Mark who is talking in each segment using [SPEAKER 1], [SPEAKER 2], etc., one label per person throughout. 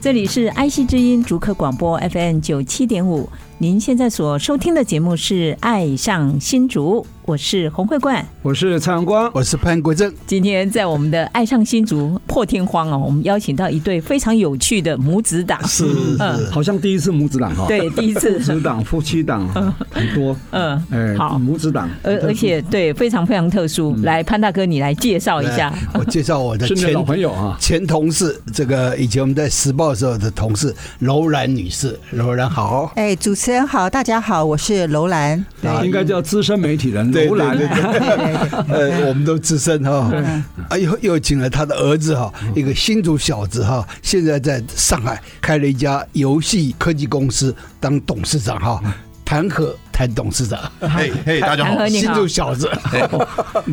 [SPEAKER 1] 这里是 IC 之音逐客广播 FM 九七点五，您现在所收听的节目是《爱上新竹》，我是洪慧冠。
[SPEAKER 2] 我是蔡阳光，
[SPEAKER 3] 我是潘国正，
[SPEAKER 1] 今天在我们的《爱上新竹》破天荒哦，我们邀请到一对非常有趣的母子档，
[SPEAKER 3] 是
[SPEAKER 1] 嗯
[SPEAKER 2] 好像第一次母子档哈，
[SPEAKER 1] 对，第一次
[SPEAKER 2] 母，子档、夫 妻档很多，
[SPEAKER 1] 嗯，
[SPEAKER 2] 哎
[SPEAKER 1] 好，呃
[SPEAKER 2] 母子档，
[SPEAKER 1] 而而且对非常非常特殊。来，潘大哥，你来介绍一下
[SPEAKER 3] 来。我介绍我的
[SPEAKER 2] 是你的
[SPEAKER 3] 前
[SPEAKER 2] 老朋友啊
[SPEAKER 3] 前同事，这个以前我们在时报的时候的同事柔然女士，柔然好，
[SPEAKER 4] 哎，主持人好，大家好，我是 楼兰。
[SPEAKER 2] 应该叫资深媒体人
[SPEAKER 3] 对
[SPEAKER 2] 楼兰
[SPEAKER 3] 对，对对
[SPEAKER 2] 嗯
[SPEAKER 3] 呃，我们都资深哈，啊，又又请了他的儿子哈，
[SPEAKER 2] 嗯
[SPEAKER 3] 一个新竹小子哈，现在在上海开了一家游戏科技公司当董事长哈，
[SPEAKER 2] 嗯
[SPEAKER 3] 谭和谭董事长，
[SPEAKER 5] 嘿嘿，大家
[SPEAKER 1] 谈
[SPEAKER 5] 好
[SPEAKER 1] 何，你
[SPEAKER 3] 新
[SPEAKER 1] 好
[SPEAKER 3] 竹小 子，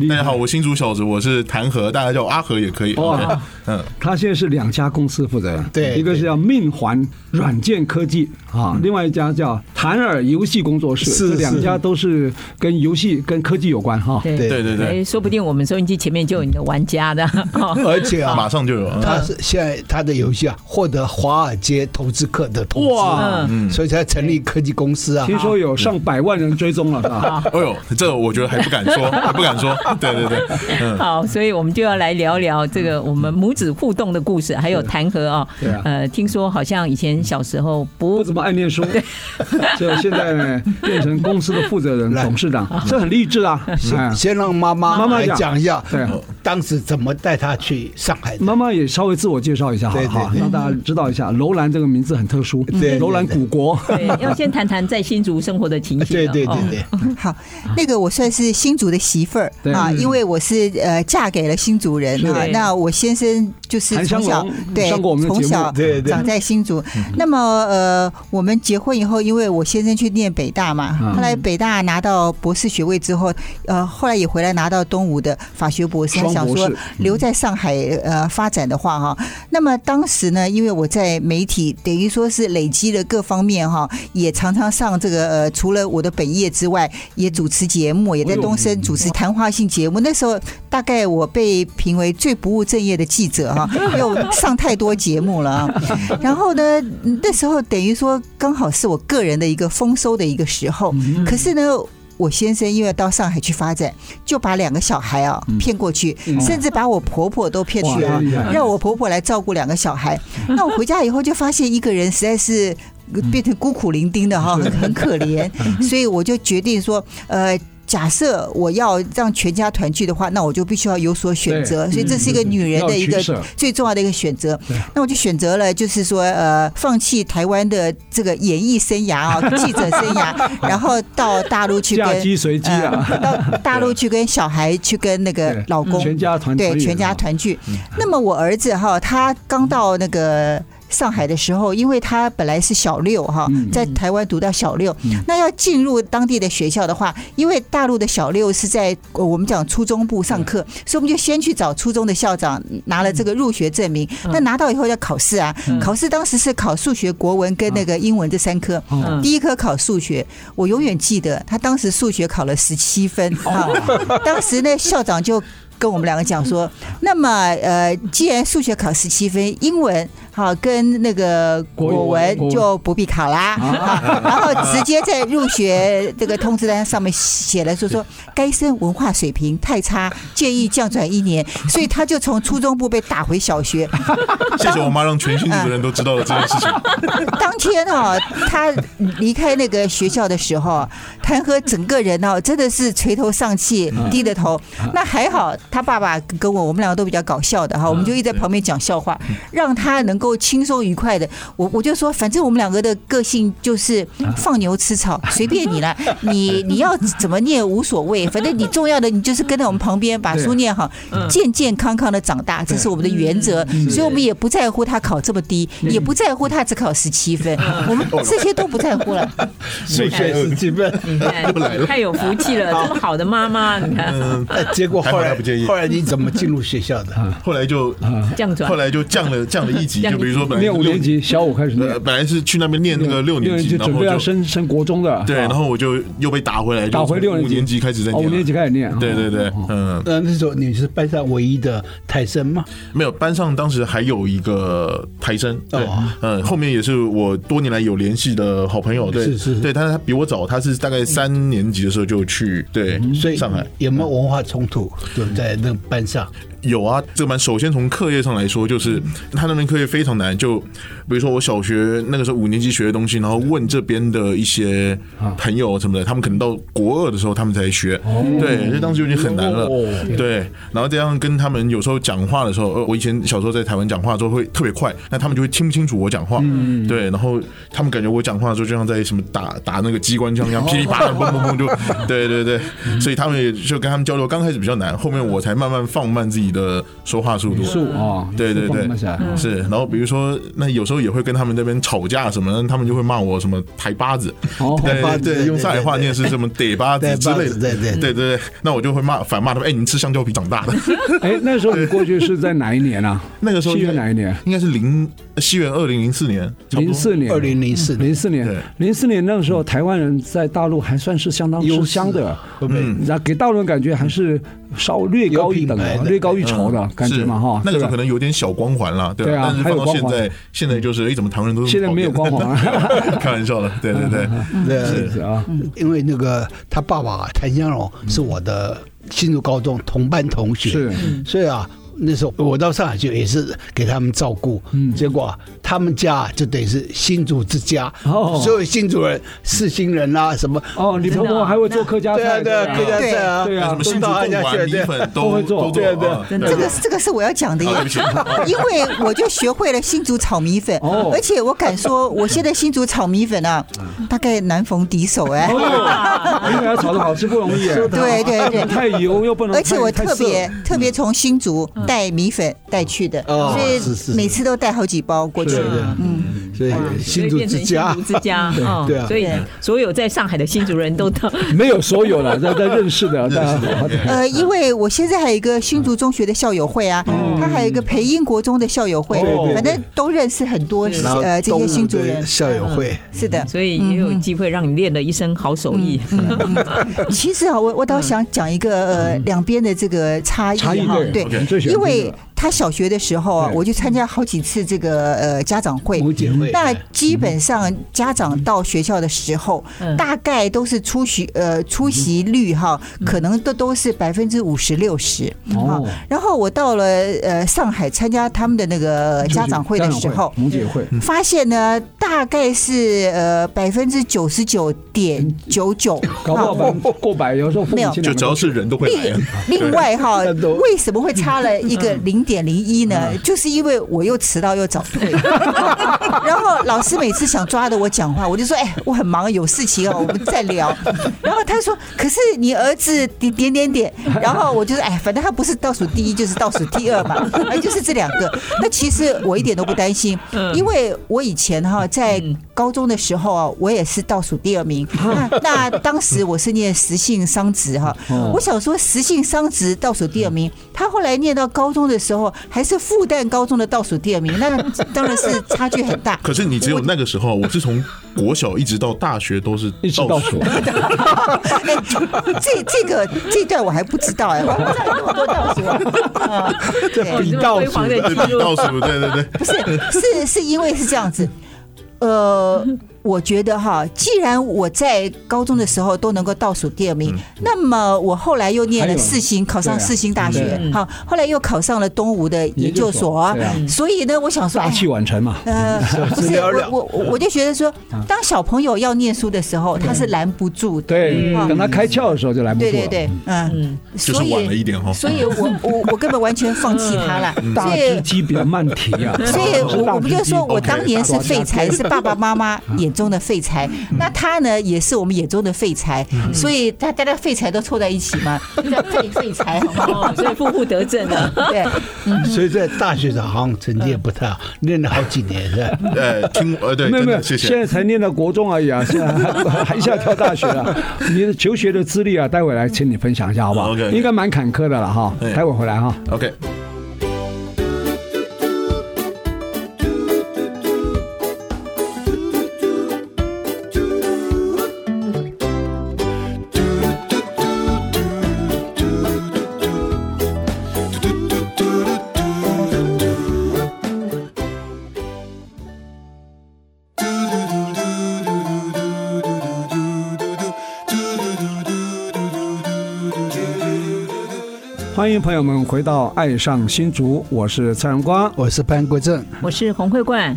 [SPEAKER 5] 大家好，我新竹小子，我是弹劾，大家叫我阿和也可以。
[SPEAKER 2] 哇
[SPEAKER 5] OK，嗯，
[SPEAKER 2] 他现在是两家公司负责人，
[SPEAKER 3] 对嗯
[SPEAKER 2] 一个是叫命环软件科技啊，另外一家叫弹耳游戏工作室，
[SPEAKER 3] 是
[SPEAKER 2] 这两家都是跟游戏跟科技有关哈。
[SPEAKER 1] 对
[SPEAKER 5] 对对对，
[SPEAKER 1] 哎，说不定我们收音机前面就有你的玩家的。哦
[SPEAKER 3] 而且啊
[SPEAKER 5] 马。上就有。嗯
[SPEAKER 3] 他是现在他的游戏啊，获得华尔街投资客的投资
[SPEAKER 2] 哇
[SPEAKER 3] 啊，
[SPEAKER 1] 嗯
[SPEAKER 2] 嗯
[SPEAKER 3] 所以才成立科技公司啊。
[SPEAKER 2] 听说有上百万人追踪了是吧？
[SPEAKER 5] 哎呦，这我觉得还不敢 说，还不敢说。对对对， 嗯，
[SPEAKER 1] 好，所以我们就要来聊聊这个我们母子互动的故事，还有弹劾啊
[SPEAKER 2] 对啊。
[SPEAKER 1] 呃，听说好像以前小时候
[SPEAKER 2] 不
[SPEAKER 1] 不
[SPEAKER 2] 怎么爱念书， 就现在呢变成公司的负责人、
[SPEAKER 3] 来
[SPEAKER 2] 董事长，这很励志啊！哎
[SPEAKER 3] 先先让妈
[SPEAKER 2] 妈
[SPEAKER 3] 妈
[SPEAKER 2] 妈
[SPEAKER 3] 来
[SPEAKER 2] 讲
[SPEAKER 3] 讲一下，
[SPEAKER 2] 对嗯啊
[SPEAKER 3] 当时怎么带他去上海的。
[SPEAKER 2] 妈妈也稍微自我介绍一下好了，
[SPEAKER 3] 对对
[SPEAKER 2] 好，
[SPEAKER 3] 对
[SPEAKER 2] 让大家知道一下，楼兰这个名字很特殊
[SPEAKER 3] 对，对
[SPEAKER 2] 楼兰古国，
[SPEAKER 1] 对，要先谈谈在新竹生活的情形
[SPEAKER 3] 对
[SPEAKER 1] 啊。
[SPEAKER 3] 对
[SPEAKER 1] 哦
[SPEAKER 3] 对对，
[SPEAKER 2] 嗯
[SPEAKER 4] 好，那个我算是新竹的媳妇儿
[SPEAKER 2] 对嗯
[SPEAKER 4] 啊，因为我是呃嫁给了新竹人
[SPEAKER 2] 是
[SPEAKER 4] 啊。那我先生就是
[SPEAKER 2] 韩湘
[SPEAKER 4] 从小
[SPEAKER 2] 龙
[SPEAKER 4] 对
[SPEAKER 2] 上过我们的
[SPEAKER 4] 从
[SPEAKER 2] 节目
[SPEAKER 4] 小，
[SPEAKER 3] 对
[SPEAKER 2] 嗯
[SPEAKER 3] 对
[SPEAKER 4] 长在新竹。那么呃，我们结婚以后，因为我先生去念北大嘛，
[SPEAKER 2] 嗯
[SPEAKER 4] 后来北大拿到博士学位之后，呃，后来也回来拿到东吴的法学博士，他
[SPEAKER 2] 双
[SPEAKER 4] 想
[SPEAKER 2] 博
[SPEAKER 4] 说
[SPEAKER 2] 士
[SPEAKER 4] 留在上海呃发展的话哈，那么当时呢，因为我在媒体等于说是累积了各方面哈，也常常上这个呃，除了我的本业之外，也主持节目，也在东
[SPEAKER 2] 哎
[SPEAKER 4] 森
[SPEAKER 2] 呦
[SPEAKER 4] 主持谈话性节目。那时候大概我被评为最不务正业的记者哈，因为我上太多节目了啊。然后呢，那时候等于说刚好是我个人的一个丰收的一个时候，
[SPEAKER 2] 嗯
[SPEAKER 4] 嗯可是呢。我先生因为到上海去发展，就把两个小孩啊骗过去，甚至把我婆婆都骗去
[SPEAKER 2] 嗯哇
[SPEAKER 4] 了
[SPEAKER 2] 厉害，
[SPEAKER 4] 让我婆婆来照顾两个小孩。那我回家以后就发现一个人实在是。呃变成孤苦伶仃的
[SPEAKER 2] 嗯
[SPEAKER 4] 哈，很很可怜，所以我就决定说，呃，假设我要让全家团聚的话，那我就必须要有所选择，
[SPEAKER 2] 对
[SPEAKER 4] 所以这是一
[SPEAKER 2] 嗯
[SPEAKER 4] 个
[SPEAKER 2] 嗯
[SPEAKER 4] 女人的一
[SPEAKER 2] 要
[SPEAKER 4] 个
[SPEAKER 2] 取舍
[SPEAKER 4] 最重要的一个选择
[SPEAKER 2] 对。
[SPEAKER 4] 那我就选择了，就是说，呃，放弃台湾的这个演艺生涯啊， 记者生涯，然后到大陆去
[SPEAKER 2] 嫁
[SPEAKER 4] 跟
[SPEAKER 2] 鸡随鸡啊，
[SPEAKER 4] 呃，到大陆去跟小孩去跟那个
[SPEAKER 2] 对
[SPEAKER 4] 老公
[SPEAKER 2] 全家团
[SPEAKER 4] 对
[SPEAKER 2] 团圆
[SPEAKER 4] 全家
[SPEAKER 2] 啊
[SPEAKER 4] 团聚。那么我儿子哈，他刚到那个。上海的时候，因为他本来是小六哈
[SPEAKER 2] 嗯，
[SPEAKER 4] 在台湾读到小六，那要进入当地的学校的话，因为大陆的小六是在呃我们讲初中部上课，
[SPEAKER 2] 嗯
[SPEAKER 4] 所以我们就先去找初中的校长拿了这个入学证明。那拿到以后要考试啊，考试当时是考数学、国文跟那个英文这三科。
[SPEAKER 2] 哦
[SPEAKER 4] 第一科考数学，我永远记得他当时数学考了十七分
[SPEAKER 2] 哦
[SPEAKER 4] 啊。 当时呢，校长就跟我们两个讲 说，那么呃，既然数学考十七分，英文好、跟那个国文就不必考啦啊。然后直接在入学这个通知单上面写了说说，该生文化水平太差，建议降转一 年，所以他就从初中部被打回小学。
[SPEAKER 5] 谢谢我妈让全新竹的人都知道了这件事 情。
[SPEAKER 2] 嗯
[SPEAKER 4] 当天啊，他离开那个学校的时 候，谭和整个人哦、真的是垂头丧气，低着头。那还好，他爸爸跟我，我们两个都比较搞笑的哈，我们就一直在旁边讲笑话，让他能够轻松愉快的。我我就说，反正我们两个的个性就是放牛吃草，随便你了，你你要怎么念无所谓，反正你重要的你就是跟在我们旁边把书念好，健健康康的长大，这是我们的原则。所以我们也不在乎他考这么低，也不在乎他只考十七分，我们这些都不在乎了。
[SPEAKER 3] 数学十几分，
[SPEAKER 2] 嗯
[SPEAKER 1] 你看太有福气了，这么好的妈妈，你看
[SPEAKER 5] 嗯
[SPEAKER 3] 哎结果后
[SPEAKER 5] 还好
[SPEAKER 3] 来
[SPEAKER 5] 他不介意
[SPEAKER 3] 后来你怎么进入学校
[SPEAKER 2] 嗯
[SPEAKER 3] 的？
[SPEAKER 5] 后 来就
[SPEAKER 1] 这样转
[SPEAKER 5] 后，来就降了降了一级，
[SPEAKER 1] 降
[SPEAKER 5] 就比如说本来
[SPEAKER 2] 念五
[SPEAKER 5] 六
[SPEAKER 2] 年，级，小五开始念
[SPEAKER 5] 呃，，本来是去那边念那个六年级，然
[SPEAKER 2] 准
[SPEAKER 5] 后
[SPEAKER 2] 备要
[SPEAKER 5] 就
[SPEAKER 2] 升升国中的，
[SPEAKER 5] 对，
[SPEAKER 2] 啊
[SPEAKER 5] 然后我就又被打回来，就
[SPEAKER 2] 打回六
[SPEAKER 5] 从五年
[SPEAKER 2] 年
[SPEAKER 5] 级开始在
[SPEAKER 2] 哦
[SPEAKER 5] 念了，
[SPEAKER 2] 五年级开始念，
[SPEAKER 5] 对对
[SPEAKER 2] 对，
[SPEAKER 5] 对，嗯，
[SPEAKER 3] 呃，那时候你是班上唯一的台生吗？
[SPEAKER 2] 嗯
[SPEAKER 5] 没有，班上当时还有一个台生，对
[SPEAKER 3] 哦，
[SPEAKER 5] 嗯，后面也是我多年来有联系的好朋友，对，
[SPEAKER 3] 是是是
[SPEAKER 5] 对，但是他比我早，他是大概三年级的时候就去，对，
[SPEAKER 3] 嗯所以
[SPEAKER 5] 上海
[SPEAKER 3] 有没有文化冲突？就在那个班上，
[SPEAKER 5] 有啊，这个班首先从课业上来说，就是他那边课业非常难，就比如说我小学那个时候五年级学的东西，然后问这边的一些
[SPEAKER 3] 啊
[SPEAKER 5] 朋友什么的，他们可能到国二的时候他们才学，对，所以当时就已经很难了
[SPEAKER 3] 哦，
[SPEAKER 5] 对，然后这样跟他们有时候讲话的时候，呃，我以前小时候在台湾讲话的时候会特别快，那他们就会听不清楚我讲话，
[SPEAKER 2] 嗯
[SPEAKER 5] 对，然后他们感觉我讲话的时候就像在什么打打那个机关枪
[SPEAKER 2] 哦
[SPEAKER 5] 一样，噼里啪啦嘣嘣 嘣就，对对对，所以他们也就跟他们交流，刚开始比较难，后面我才慢慢放慢自己的说话速度。
[SPEAKER 2] 数啊，
[SPEAKER 5] 嗯对对对
[SPEAKER 2] 放啊下来，
[SPEAKER 5] 是，然后比如说，那有时候也会跟他们那边吵架什么，他们就会骂我什么台巴子，
[SPEAKER 2] 哦
[SPEAKER 5] 对
[SPEAKER 3] 巴子
[SPEAKER 5] 对
[SPEAKER 3] 对
[SPEAKER 5] 对，用上海话念是什么得巴子
[SPEAKER 3] 对
[SPEAKER 5] 之类的，
[SPEAKER 3] 对对
[SPEAKER 5] 对对对，那我就会骂反骂他们，哎，你吃香蕉皮长大的，
[SPEAKER 2] 哎，那时候你过去是在哪一年啊？
[SPEAKER 5] 那个时候
[SPEAKER 2] 西
[SPEAKER 5] 应该
[SPEAKER 2] 元哪一年？
[SPEAKER 5] 应该是零西元二零零四年，差不多
[SPEAKER 2] 零四年，
[SPEAKER 3] 二零零四年
[SPEAKER 2] 零四年
[SPEAKER 5] 对，
[SPEAKER 2] 零四年那个时候，台湾人在大陆还算嗯是相啊嗯当吃香的，
[SPEAKER 3] 对不对？
[SPEAKER 5] 嗯
[SPEAKER 2] 然后给大陆人感觉还是稍略高一等的，
[SPEAKER 3] 有品牌的
[SPEAKER 2] 略高一筹的
[SPEAKER 5] 嗯
[SPEAKER 2] 感觉嘛，
[SPEAKER 5] 是
[SPEAKER 2] 哈，
[SPEAKER 5] 那个时
[SPEAKER 2] 对
[SPEAKER 5] 候
[SPEAKER 2] 吧
[SPEAKER 5] 可能有点小光环了，对吧？
[SPEAKER 2] 对啊
[SPEAKER 5] 但是
[SPEAKER 2] 还有
[SPEAKER 5] 放到现
[SPEAKER 2] 光嗯
[SPEAKER 5] 在，现在就是哎，怎么唐人都这
[SPEAKER 2] 现
[SPEAKER 5] 么
[SPEAKER 2] 在
[SPEAKER 5] 讨
[SPEAKER 2] 没
[SPEAKER 5] 厌
[SPEAKER 2] 有光，环嗯了，
[SPEAKER 5] 开玩笑的，对对哎对，
[SPEAKER 3] 对
[SPEAKER 2] 是啊，
[SPEAKER 3] 因为那个他爸爸谭香荣是我的新竹高中同班同学，
[SPEAKER 2] 是
[SPEAKER 4] 嗯
[SPEAKER 3] 所以啊，那时候我到上海去也是给他们照顾，
[SPEAKER 2] 嗯
[SPEAKER 3] 结果、啊、他们家啊就等于是新竹之家，
[SPEAKER 2] 哦
[SPEAKER 3] 所有新竹人、四星人啦、什么，
[SPEAKER 2] 哦，你婆婆还会做客家
[SPEAKER 3] 对啊
[SPEAKER 2] 菜，
[SPEAKER 3] 对啊，客
[SPEAKER 2] 对
[SPEAKER 3] 家
[SPEAKER 2] 啊
[SPEAKER 3] 菜啊，
[SPEAKER 2] 对啊
[SPEAKER 5] 什么新竹
[SPEAKER 3] 到他
[SPEAKER 5] 贡
[SPEAKER 3] 家去
[SPEAKER 5] 丸、米
[SPEAKER 3] 对
[SPEAKER 5] 粉
[SPEAKER 2] 都会
[SPEAKER 5] 都
[SPEAKER 2] 做
[SPEAKER 5] 都
[SPEAKER 3] 对对
[SPEAKER 5] 啊
[SPEAKER 1] 真的
[SPEAKER 4] 这个这个是我要讲的
[SPEAKER 5] 啊对
[SPEAKER 4] 呀
[SPEAKER 5] 不，起，
[SPEAKER 4] 因为我就学会了新竹炒米粉
[SPEAKER 2] 哦，
[SPEAKER 4] 而且我敢说，我现在新竹炒米粉啊，
[SPEAKER 3] 嗯
[SPEAKER 4] 大概难逢敌手哎。
[SPEAKER 5] 啊
[SPEAKER 2] 哦， 因为要炒的好吃不 容易，
[SPEAKER 4] 对对对
[SPEAKER 2] 太油又不能太，
[SPEAKER 4] 而且我
[SPEAKER 2] 太
[SPEAKER 4] 特
[SPEAKER 2] 涩
[SPEAKER 4] 别特别从新竹带米粉带去的，
[SPEAKER 3] 哦
[SPEAKER 4] 所
[SPEAKER 3] 是是
[SPEAKER 4] 以
[SPEAKER 3] 是
[SPEAKER 4] 每次都带好几包过
[SPEAKER 3] 啊
[SPEAKER 4] 去
[SPEAKER 3] 对。对，
[SPEAKER 4] 嗯，
[SPEAKER 3] 所以
[SPEAKER 1] 所以
[SPEAKER 3] 新竹
[SPEAKER 1] 变成
[SPEAKER 3] 之家
[SPEAKER 1] 新。竹之 家，哦
[SPEAKER 3] 对啊
[SPEAKER 1] 所以所有在上海的新竹人都 到
[SPEAKER 2] 没有所有了，在在认识的，大 家好
[SPEAKER 3] 嗯
[SPEAKER 2] 的
[SPEAKER 4] 呃，因为我现在还有一个新竹中学的校友会啊，
[SPEAKER 3] 嗯
[SPEAKER 4] 他还有一个培英国中的校友会
[SPEAKER 2] 对对，
[SPEAKER 4] 反正都认识很多
[SPEAKER 3] 哦然后
[SPEAKER 4] 呃这
[SPEAKER 3] 东
[SPEAKER 4] 些
[SPEAKER 3] 吴
[SPEAKER 4] 新竹
[SPEAKER 3] 的
[SPEAKER 4] 人。
[SPEAKER 3] 校友会，
[SPEAKER 4] 是 的，
[SPEAKER 1] 所以也有机会让你练了一身好手艺。
[SPEAKER 3] 嗯
[SPEAKER 1] 哦
[SPEAKER 4] 其实啊，我我倒想讲一个呃
[SPEAKER 3] 嗯
[SPEAKER 4] 两边的这个差异
[SPEAKER 2] 差异
[SPEAKER 4] 哈，对，
[SPEAKER 2] 你最喜欢
[SPEAKER 4] 因
[SPEAKER 2] 听
[SPEAKER 4] 为
[SPEAKER 2] 的
[SPEAKER 4] 他小学的时候啊，
[SPEAKER 2] 对
[SPEAKER 4] 我就参加好几次这个呃家长会，
[SPEAKER 3] 母姐会，
[SPEAKER 2] 嗯
[SPEAKER 4] 那基本上家长到学校的时候，
[SPEAKER 1] 嗯
[SPEAKER 4] 大概都是出席呃出席率哈，可能都都是百分之五十六十。
[SPEAKER 2] 哦，
[SPEAKER 4] 然后我到了呃上海参加他们的那个家长会的时候，
[SPEAKER 2] 母姐会，嗯
[SPEAKER 4] 发现呢大概是呃百分之九十九点九九，
[SPEAKER 2] 搞不
[SPEAKER 4] 啊
[SPEAKER 2] 好百分之过百，有时候父母亲
[SPEAKER 5] 就
[SPEAKER 2] 两个
[SPEAKER 5] 只要是人都会来啊
[SPEAKER 4] 另。另外哈
[SPEAKER 3] 那都，嗯
[SPEAKER 4] 为什么会差了 一个零点零一呢？就是因为我又迟到又早退， 然后老师每次想抓着我讲话，我就说：“哎，我很忙，有事情哦，我们再 聊。”然后他说：“可是你儿子点点点点。”然后我就说：“哎，反正他不是倒数第一就是倒数第二嘛，哎，就是这两个。”那其实我一点都不担心，
[SPEAKER 3] 嗯
[SPEAKER 4] 因为我以前哈在高中的时候啊，我也是倒数第二名。那那当时我是念实性商职哈，
[SPEAKER 2] 哦
[SPEAKER 4] 我想说实性商职倒数第二名，他后来念到高中的时候还是复旦高中的倒数第二名，那当然是差距很 大。
[SPEAKER 5] 可是你只有那个时候，我是从国小一直到大学都是
[SPEAKER 2] 一直倒数，
[SPEAKER 4] 哎，这这个这段我还不知道哎，我不知道有那么多倒数啊。
[SPEAKER 3] 这
[SPEAKER 4] 对，
[SPEAKER 3] 比
[SPEAKER 1] 这么
[SPEAKER 3] 道
[SPEAKER 1] 辉
[SPEAKER 3] 数
[SPEAKER 1] 煌的
[SPEAKER 5] 对
[SPEAKER 1] 进入
[SPEAKER 5] 倒数，对对对，
[SPEAKER 4] 不是是是因为是这样子，呃，我觉得哈，既然我在高中的时候都能够倒数第二名，那么我后来又念了四星，考
[SPEAKER 2] 啊
[SPEAKER 4] 上四星大学，好，后来又考上了东吴的研究所，
[SPEAKER 2] 对啊
[SPEAKER 4] 所以呢，我想说，
[SPEAKER 2] 大
[SPEAKER 4] 哎
[SPEAKER 2] 器晚成嘛，
[SPEAKER 4] 呃，不是
[SPEAKER 3] 了了
[SPEAKER 4] 我我我就觉得说，
[SPEAKER 2] 啊
[SPEAKER 4] 当小朋友要念书的时候，他是拦不住的，
[SPEAKER 2] 对，
[SPEAKER 4] 嗯
[SPEAKER 2] 等他开窍的时候就来不住
[SPEAKER 4] 对
[SPEAKER 2] 了。
[SPEAKER 4] 对对，嗯，
[SPEAKER 5] 就
[SPEAKER 4] 所
[SPEAKER 5] 是晚了一
[SPEAKER 4] 以
[SPEAKER 5] 点哦。
[SPEAKER 4] 所以我我我根本完全放弃他了，
[SPEAKER 2] 嗯大
[SPEAKER 4] 所以
[SPEAKER 2] 只鸡比较慢提啊，
[SPEAKER 4] 所以
[SPEAKER 2] 是
[SPEAKER 4] 我
[SPEAKER 2] 大
[SPEAKER 4] 我不
[SPEAKER 2] 只
[SPEAKER 4] 就
[SPEAKER 2] 鸡
[SPEAKER 4] 说我当年是废
[SPEAKER 2] 大
[SPEAKER 4] 材，
[SPEAKER 2] 只鸡
[SPEAKER 4] 是爸爸妈妈眼中的废材。那他呢，也是我们眼中的废材，所以他大家废材都凑在一起嘛，就叫废废材，好吗？
[SPEAKER 1] 哦，所以夫妇得正 啊。
[SPEAKER 4] 对，嗯
[SPEAKER 3] 所以在大学上好像成绩也不太好，练了好几年是吧？
[SPEAKER 5] 呃，听呃，对，
[SPEAKER 2] 没有
[SPEAKER 5] 真
[SPEAKER 2] 没
[SPEAKER 5] 的
[SPEAKER 2] 有，
[SPEAKER 5] 谢
[SPEAKER 2] 现在
[SPEAKER 5] 谢。
[SPEAKER 2] 才念到国中而已啊，现在还还一下跳大学 了。你的求学的资历啊，待会来请你分享一下好不好？
[SPEAKER 5] OK，OK
[SPEAKER 2] 应该蛮坎坷的了哈，
[SPEAKER 5] 对
[SPEAKER 2] 待会回来哈。
[SPEAKER 5] OK，
[SPEAKER 2] 欢迎朋友们回到《爱上新竹》，我是蔡荣光。
[SPEAKER 3] 我是潘国正，
[SPEAKER 1] 我是红会 冠，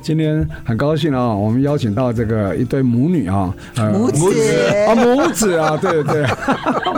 [SPEAKER 2] 今天很高兴啊，我们邀请到这个一对母女啊，呃
[SPEAKER 4] 母子
[SPEAKER 2] 啊母子啊， 对对，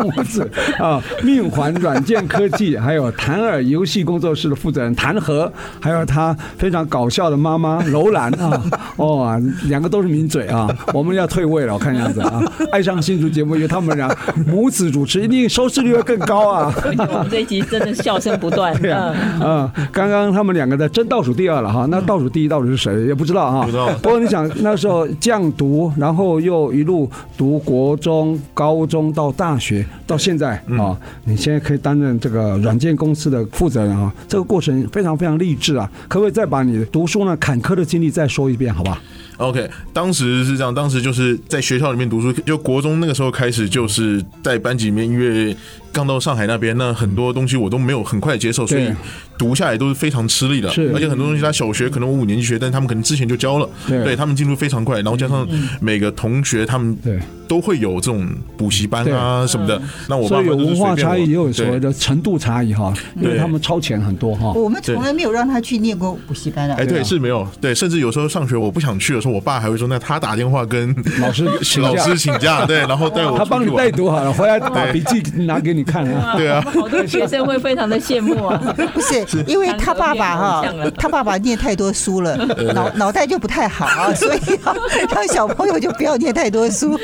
[SPEAKER 2] 母子啊，命环软件科技，还有弹耳游戏工作室的负责人谭和，还有他非常搞笑的妈妈楼兰 啊，哦，两个都是名嘴啊，我们要退位了，我看样子啊，爱上新竹节目由他们俩母子主持，一定收视率会更高啊。
[SPEAKER 1] 我们这一集真的笑声不断。嗯
[SPEAKER 2] 对啊，啊，刚刚他们两个在争倒数第二了哈，那倒数第一到底是谁也不知道哈。
[SPEAKER 5] 不知道
[SPEAKER 2] 不过你想那时候降读，然后又一路读国中、高中到大学，到现在
[SPEAKER 5] 嗯
[SPEAKER 2] 啊、你现在可以担任这个软件公司的负责人啊，这个过程非常非常励志啊！可不可以再把你读书呢坎坷的经历再说一遍，好吧？
[SPEAKER 5] OK，当时是这样，当时就是在学校里面读书，就国中那个时候开始，就是在班级里面，因为刚到上海那边，那很多东西我都没有很快接受，所以
[SPEAKER 2] 对
[SPEAKER 5] 读下来都是非常吃力的。
[SPEAKER 2] 是
[SPEAKER 5] 而且很多东西他小学可能我五年级学，但他们可能之前就教了，
[SPEAKER 2] 对
[SPEAKER 5] 对他们进度非常快，然后加上
[SPEAKER 4] 嗯
[SPEAKER 5] 每个同学他们
[SPEAKER 2] 对，
[SPEAKER 5] 都会有这种补习班啊什么
[SPEAKER 4] 嗯
[SPEAKER 5] 的，那我
[SPEAKER 2] 所
[SPEAKER 5] 爸妈
[SPEAKER 2] 以有
[SPEAKER 5] 就是
[SPEAKER 2] 文
[SPEAKER 5] 随
[SPEAKER 2] 化
[SPEAKER 5] 便
[SPEAKER 2] 差
[SPEAKER 5] 我
[SPEAKER 2] 异，也有所
[SPEAKER 5] 对
[SPEAKER 2] 谓的程度差异哈，因为
[SPEAKER 5] 对
[SPEAKER 2] 他们超前很多哈。
[SPEAKER 4] 我们从来没有让他去念过补习班啊
[SPEAKER 5] 哎，。
[SPEAKER 2] 对
[SPEAKER 5] 对，
[SPEAKER 2] 啊
[SPEAKER 5] 是没有，对，甚至有时候上学我不想去的时候，我爸还会说，那他打电话跟
[SPEAKER 2] 老 师请假
[SPEAKER 5] 老师请假，对，然后带我
[SPEAKER 2] 他帮
[SPEAKER 5] 出去
[SPEAKER 2] 你带
[SPEAKER 5] 玩。
[SPEAKER 2] 读好了，回来把笔记拿给你看啊。
[SPEAKER 5] 对啊，
[SPEAKER 1] 好多学生会非常的羡慕 啊。
[SPEAKER 4] 不是，因为他爸爸哈
[SPEAKER 1] 像了，
[SPEAKER 4] 他爸爸念太多书了，脑脑袋就不太好啊，所以啊让小朋友就不要念太多书。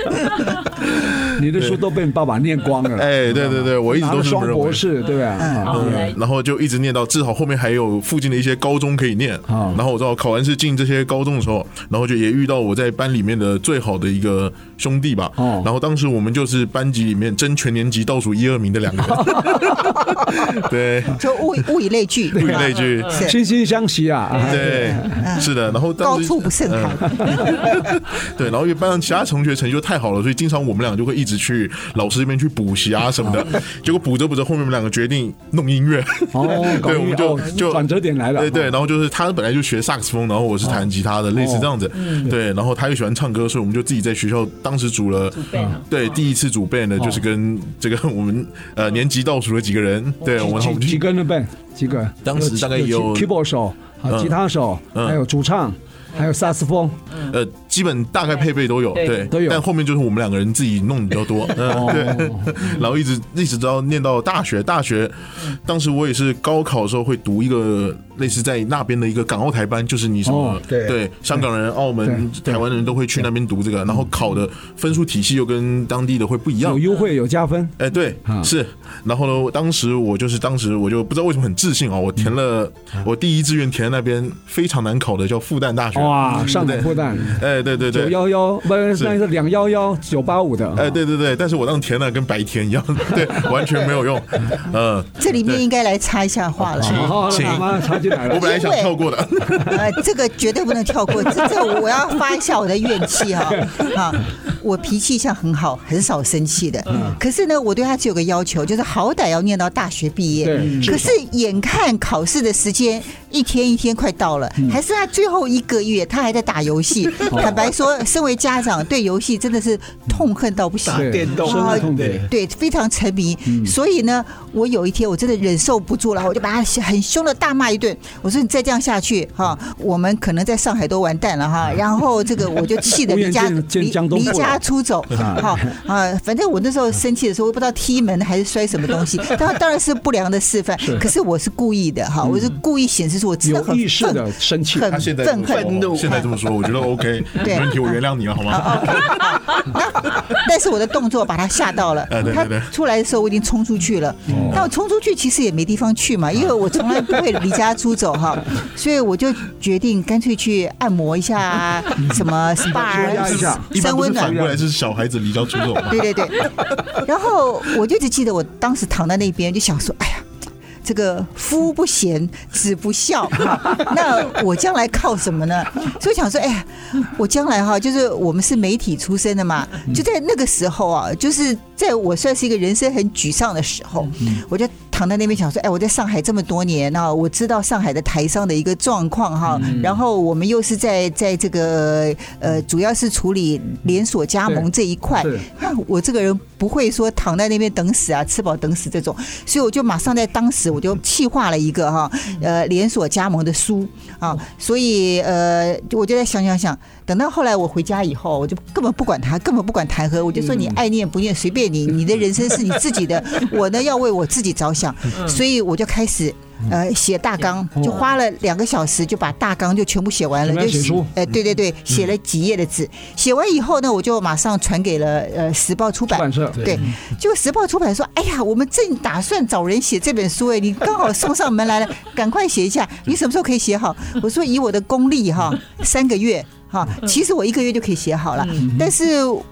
[SPEAKER 2] 你的书都被你爸爸念光了。
[SPEAKER 5] 哎，对对对，我一直
[SPEAKER 2] 拿
[SPEAKER 5] 都
[SPEAKER 2] 了
[SPEAKER 5] 是这么
[SPEAKER 2] 双
[SPEAKER 5] 认为
[SPEAKER 2] 博。士，对吧？啊
[SPEAKER 5] 嗯，然后就一直念到，至少后面还有附近的一些高中可以念。
[SPEAKER 2] 啊
[SPEAKER 5] 然后我知道考完试进这些高中的时候，然后就也遇到我在班里面的最好的一个兄弟吧。
[SPEAKER 2] 哦
[SPEAKER 5] 然后当时我们就是班级里面争全年级倒数一二名的两 个人。 对，
[SPEAKER 4] 就物以物以类聚，
[SPEAKER 5] 物以类聚。
[SPEAKER 4] 是
[SPEAKER 2] 惺惺相惜啊！
[SPEAKER 4] 嗯
[SPEAKER 2] 啊
[SPEAKER 5] 对，是的，然后当
[SPEAKER 4] 高
[SPEAKER 5] 时
[SPEAKER 4] 处不胜寒。
[SPEAKER 5] 对，然后因为班上其他同学成绩就太好了，所以经常我们俩就会一直去老师那边去补习啊什么的。结果补着补着，后面我们两个决定弄音乐。
[SPEAKER 2] 哦，搞
[SPEAKER 5] 对我们
[SPEAKER 2] 音乐
[SPEAKER 5] 就
[SPEAKER 2] 哦
[SPEAKER 5] 就
[SPEAKER 2] 转折点来了。
[SPEAKER 5] 对对，然后就是啊哦他本来就学萨克斯风，然后我是弹吉他的，类似这样子。对，然后他又喜欢唱歌，所以我们就自己在学校当时组啊哦了。对，第一次组 band 呢，就是跟这个我们呃年级倒数的几个人，对，我们我
[SPEAKER 2] 几
[SPEAKER 5] 们
[SPEAKER 2] 几
[SPEAKER 5] 去
[SPEAKER 2] 个人的 band？几个？
[SPEAKER 5] 当时大概有
[SPEAKER 2] keyboard 手、啊
[SPEAKER 5] 嗯
[SPEAKER 2] 吉他手，
[SPEAKER 5] 嗯
[SPEAKER 2] 还有主唱，还有萨斯风。
[SPEAKER 5] 呃基本大概配备都有，
[SPEAKER 1] 对
[SPEAKER 5] 对，
[SPEAKER 2] 都有哦
[SPEAKER 5] 但后面就是我们两个人自己弄的比较多，嗯， 对。然后一直一直到念到大学，大学当时我也是高考的时候会读一个类似在那边的一个港澳台班，就是你什么、
[SPEAKER 2] 哦
[SPEAKER 3] 对
[SPEAKER 5] 香港人、澳门、
[SPEAKER 2] 对嗯
[SPEAKER 5] 台湾人都会去那边读这个，然后考的分数体系又跟当地的会不一样
[SPEAKER 2] 有。优惠有加分。
[SPEAKER 5] 哎，对
[SPEAKER 2] 啊，
[SPEAKER 5] 是。然后呢，当时我就是当时我就不知道为什么很自信哦，我填了
[SPEAKER 2] 嗯
[SPEAKER 5] 我第一志愿填了那边非常难考的叫复旦大学。
[SPEAKER 2] 哇，上海
[SPEAKER 5] 对
[SPEAKER 2] 复旦
[SPEAKER 5] 哎，对嗯对
[SPEAKER 2] 九
[SPEAKER 5] 对，
[SPEAKER 2] 幺幺，不是
[SPEAKER 5] 是
[SPEAKER 2] 那是两幺幺九八五的。啊
[SPEAKER 5] 哎，对对对，但是我当填了跟白填一样，对，完全没有用。呃，
[SPEAKER 4] 这里面应该来插一下话了。
[SPEAKER 2] 好，好，
[SPEAKER 5] 请
[SPEAKER 2] 好妈插进来
[SPEAKER 5] 我
[SPEAKER 2] 了。
[SPEAKER 5] 本来想跳过的，
[SPEAKER 4] 呃，这个绝对不能跳过，这这我要发一下我的怨气哈、啊！我脾气一向很好，很少生气的。可是呢，我对他只有个要求，就是好歹要念到大学毕业。嗯
[SPEAKER 2] 对
[SPEAKER 4] 可是眼看考试的时间一天一天快到了，还是他最后一个月，他还在打游戏，很白说，身为家长对游戏真的是痛恨到不行
[SPEAKER 3] 打。电动
[SPEAKER 2] 深恶痛
[SPEAKER 3] 对
[SPEAKER 2] 绝。
[SPEAKER 4] 对，非常沉迷，
[SPEAKER 2] 嗯
[SPEAKER 4] 所以呢，我有一天我真的忍受不住了，我就把他很凶的大骂一顿。我说你再这样下去哈，我们可能在上海都完蛋了
[SPEAKER 2] 嗯
[SPEAKER 4] 哈。然后这个我就气得
[SPEAKER 2] 乌
[SPEAKER 4] 离
[SPEAKER 2] 烟
[SPEAKER 4] 家
[SPEAKER 2] 见见
[SPEAKER 4] 离
[SPEAKER 2] 江东
[SPEAKER 4] 离
[SPEAKER 2] 父
[SPEAKER 4] 家
[SPEAKER 2] 老
[SPEAKER 4] 出走，好啊，反正我那时候生气的时候，我不知道踢门还是摔什么东西，当当然是不良的示范，可是我是故意的哈，我是故意显示出我真
[SPEAKER 2] 嗯
[SPEAKER 4] 的
[SPEAKER 2] 有
[SPEAKER 4] 很
[SPEAKER 2] 意识
[SPEAKER 4] 愤
[SPEAKER 2] 的生气，
[SPEAKER 4] 很
[SPEAKER 5] 他现在这
[SPEAKER 4] 愤
[SPEAKER 5] 么说
[SPEAKER 4] 恨。
[SPEAKER 5] 现在这么说，我觉得 OK，
[SPEAKER 4] 对哦
[SPEAKER 5] 没问题，我原谅你了，好吗？
[SPEAKER 4] 但是我的动作把他吓到了
[SPEAKER 5] 哎对，对
[SPEAKER 4] 他
[SPEAKER 5] 对哦
[SPEAKER 4] 出来的时候我已经冲出去了。但我冲出去其实也没地方去
[SPEAKER 5] 啊
[SPEAKER 4] 嘛，因为我从来不会离家出走 哈，所以我就决定干脆去按摩一下啊，什 么 SPA
[SPEAKER 2] 压一下
[SPEAKER 4] 啊
[SPEAKER 5] 一般
[SPEAKER 4] 三
[SPEAKER 5] 不
[SPEAKER 4] 温
[SPEAKER 5] 是
[SPEAKER 4] 暖
[SPEAKER 5] 反。过来是小孩子离家出走吗？
[SPEAKER 4] 对对对，然后我就只记得我当时躺在那边就想说，哎呀。这个夫不贤，子不 孝，那我将来靠什么呢？所以想说，哎呀，我将来哈，就是我们是媒体出身的嘛，就在那个时候啊，就是在我算是一个人生很沮丧的时候，我就躺在那边想说，哎，我在上海这么多年啊，我知道上海的台商的一个状况哈，然后我们又是在在这个呃，主要是处理连锁加盟这一块
[SPEAKER 2] 是，
[SPEAKER 4] 那我这个人不会说躺在那边等死啊，吃饱等死这种，所以我就马上在当时我就气化了一个哈，呃，连锁加盟的书啊，所以呃，我就在想想想，等到后来我回家以后，我就根本不管他，根本不管谈何，我就
[SPEAKER 2] 嗯
[SPEAKER 4] 说你爱念不念随便你，你的人生是你自 己的，我呢要为我自己着想，
[SPEAKER 2] 嗯
[SPEAKER 4] 所以我就开始。呃，写大纲就花了两个小时，就把大纲就全部写完了，
[SPEAKER 2] 原来
[SPEAKER 4] 就
[SPEAKER 2] 写书嗯
[SPEAKER 4] 哎，对对对，写了几页的字。写完以后呢，我就马上传给了呃时报出
[SPEAKER 2] 出
[SPEAKER 4] 版
[SPEAKER 2] 版，社
[SPEAKER 4] 对，就时报出版说：“哎呀，我们正打算找人写这本书，哎，你刚好送上门来了， 赶快写一下。你什么时候可以写好？”我说：“以我的功力哈，三个月。”哈，其实我一个月就可以写好了，但是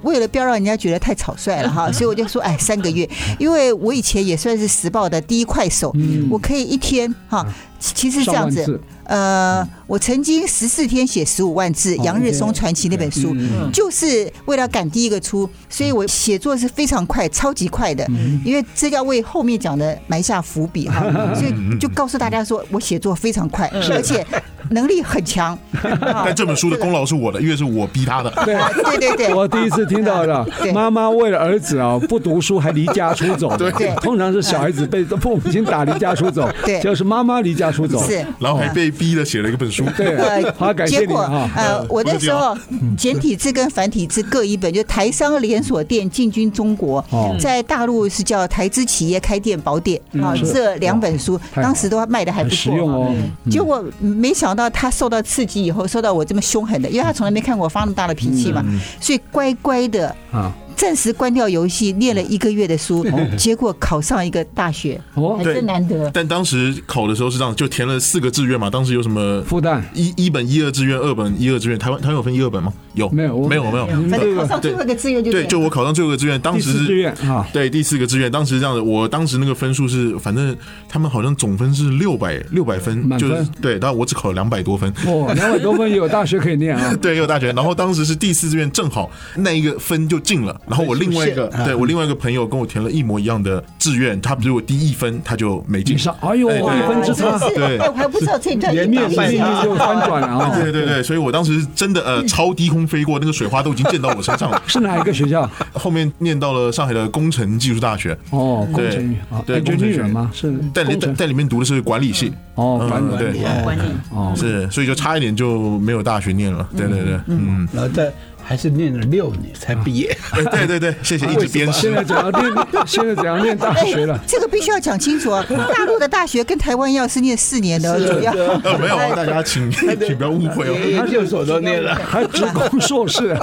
[SPEAKER 4] 为了不要让人家觉得太草率了哈，所以我就说，哎，三个月，因为我以前也算是时报的第一快手，我可以一天哈，其实是这
[SPEAKER 2] 上
[SPEAKER 4] 样
[SPEAKER 2] 万
[SPEAKER 4] 子，
[SPEAKER 2] 字，
[SPEAKER 4] 呃，我曾经十四天写十五万字《杨日松传奇》那本书，就是为了赶第一个出，所以我写作是非常快，超级快的，因为这要为后面讲的埋下伏笔哈，所以就告诉大家说我写作非常快，而且能力很强。啊
[SPEAKER 5] 但这本书的功劳是我的，因为是我逼他的。
[SPEAKER 2] 对。
[SPEAKER 4] 对对对，
[SPEAKER 2] 我第一次听到的，
[SPEAKER 4] 对
[SPEAKER 2] 妈妈为了儿子啊不读书还离家出走，
[SPEAKER 5] 对
[SPEAKER 4] 对
[SPEAKER 2] 通常是小孩子被父母亲打离家出走，
[SPEAKER 4] 对
[SPEAKER 2] 就是妈妈离家出走，
[SPEAKER 4] 是。
[SPEAKER 5] 然后还被逼的写了一个本书，
[SPEAKER 2] 对
[SPEAKER 4] 呃，
[SPEAKER 2] 好感谢
[SPEAKER 4] 结
[SPEAKER 2] 你
[SPEAKER 4] 果
[SPEAKER 2] 啊，
[SPEAKER 4] 呃，我那时候 简体字跟繁体字各一本，就台商连锁店进军中国
[SPEAKER 2] 哦，嗯
[SPEAKER 4] 在大陆是叫《台资企业开店宝典》啊，
[SPEAKER 2] 是哦
[SPEAKER 4] 这两本书
[SPEAKER 2] 太好
[SPEAKER 4] 当时都卖的还
[SPEAKER 2] 很
[SPEAKER 4] 不
[SPEAKER 2] 实
[SPEAKER 4] 错
[SPEAKER 2] 用
[SPEAKER 4] 啊。
[SPEAKER 2] 哦。
[SPEAKER 4] 结果没想到他受到刺激以后，受到我这么凶狠的，因为他从来没看过我发那么大的脾气嘛，所以乖乖的
[SPEAKER 2] 嗯啊，嗯
[SPEAKER 4] 暂时关掉游戏，念了一个月的书，结果考上一个大学，
[SPEAKER 2] 哦
[SPEAKER 4] 还真难得。
[SPEAKER 5] 但当时考的时候是这样，就填了四个志愿嘛。当时有什么
[SPEAKER 2] 复旦
[SPEAKER 5] 一一本一二志愿，二本一二志愿，台湾台湾有分一二本吗？有
[SPEAKER 2] 没有我
[SPEAKER 5] 没有没有。
[SPEAKER 4] 反正考上
[SPEAKER 5] 对
[SPEAKER 4] 最后一个志愿就
[SPEAKER 5] 对，
[SPEAKER 4] 是
[SPEAKER 5] 就我考上最后一个志愿，当
[SPEAKER 2] 第
[SPEAKER 5] 时
[SPEAKER 2] 四
[SPEAKER 5] 是
[SPEAKER 2] 志愿啊，
[SPEAKER 5] 对，第四个志愿，当时这样的，我当时那个分数是，反正他们好像总分是六百六百分，
[SPEAKER 2] 满分
[SPEAKER 5] 就是对，但我只考了两百多分。，
[SPEAKER 2] 哦，两百多分也有大学可以念啊
[SPEAKER 5] 对，也有大学，然后当时是第四志愿，正好那一个分就进了。然后我另外一个，
[SPEAKER 2] 啊
[SPEAKER 5] 对我另外一个朋友跟我填了一模一样的志愿，他比我低一分，他就没进
[SPEAKER 2] 你。上，哎呦，
[SPEAKER 5] 哎对
[SPEAKER 2] 一分之差，
[SPEAKER 4] 是
[SPEAKER 5] 对
[SPEAKER 4] 哎，我还不知道这一段
[SPEAKER 2] 颜面
[SPEAKER 4] 也
[SPEAKER 2] 命运就翻转了啊！
[SPEAKER 5] 对对对，所以我当时真的呃超低空飞过，那个水花都已经溅到我身上了。
[SPEAKER 2] 是哪一个学校？
[SPEAKER 5] 后面念到了上海的工程技术大学，
[SPEAKER 2] 哦，工程语啊，
[SPEAKER 5] 对工程语
[SPEAKER 2] engineer 吗？是
[SPEAKER 5] 在里
[SPEAKER 2] 工
[SPEAKER 5] 在
[SPEAKER 2] 程
[SPEAKER 5] 在里面读的是管理系，
[SPEAKER 2] 哦，
[SPEAKER 5] 嗯
[SPEAKER 2] 管理
[SPEAKER 5] 对
[SPEAKER 1] 管理
[SPEAKER 2] 哦，
[SPEAKER 5] 是，所以就差一点就没有大学念了。对对对，嗯，
[SPEAKER 3] 然后再还是念了六年才毕业。
[SPEAKER 5] 哎对对对，谢谢一直鞭
[SPEAKER 2] 现在
[SPEAKER 5] 尸。
[SPEAKER 2] 怎样念？现在怎样念大学了？
[SPEAKER 4] 哎这个必须要讲清楚啊！大陆的大学跟台湾要是念四年的，主要
[SPEAKER 3] 啊
[SPEAKER 5] 呃，没有，大家请请不要误会哦。
[SPEAKER 3] 研究所都念了，
[SPEAKER 2] 还职工硕士，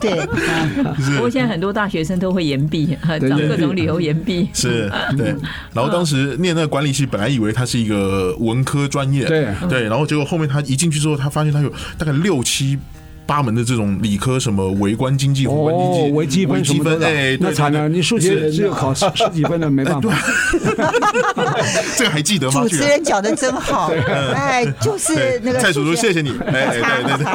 [SPEAKER 4] 对，
[SPEAKER 1] 不过现在很多大学生都会延毕，啊
[SPEAKER 2] 对
[SPEAKER 1] 找
[SPEAKER 2] 延
[SPEAKER 1] 各
[SPEAKER 2] 毕
[SPEAKER 1] 种理由延 毕。
[SPEAKER 5] 是对，然后当时念那个管理系，本来以为它是一个文科专业，
[SPEAKER 2] 对
[SPEAKER 5] 对，然后结果后面他一进去之后，他发现他有大概六七八门的这种理科，什么微观经济、宏观经
[SPEAKER 2] 哦，
[SPEAKER 5] 济、
[SPEAKER 2] 微积分什
[SPEAKER 5] 微积
[SPEAKER 2] 么
[SPEAKER 5] 分，
[SPEAKER 2] 的，
[SPEAKER 5] 哎，
[SPEAKER 2] 那
[SPEAKER 5] 对
[SPEAKER 2] 惨了！，你数学
[SPEAKER 5] 是
[SPEAKER 2] 只有考十十几分的，没办法。
[SPEAKER 5] 对对这个还记得吗？
[SPEAKER 4] 主
[SPEAKER 5] 居
[SPEAKER 4] 持
[SPEAKER 5] 然
[SPEAKER 4] 人讲的真好，哎，就是那
[SPEAKER 5] 对，
[SPEAKER 4] 个
[SPEAKER 5] 蔡叔叔，谢谢你，哎，哎对对
[SPEAKER 4] 擦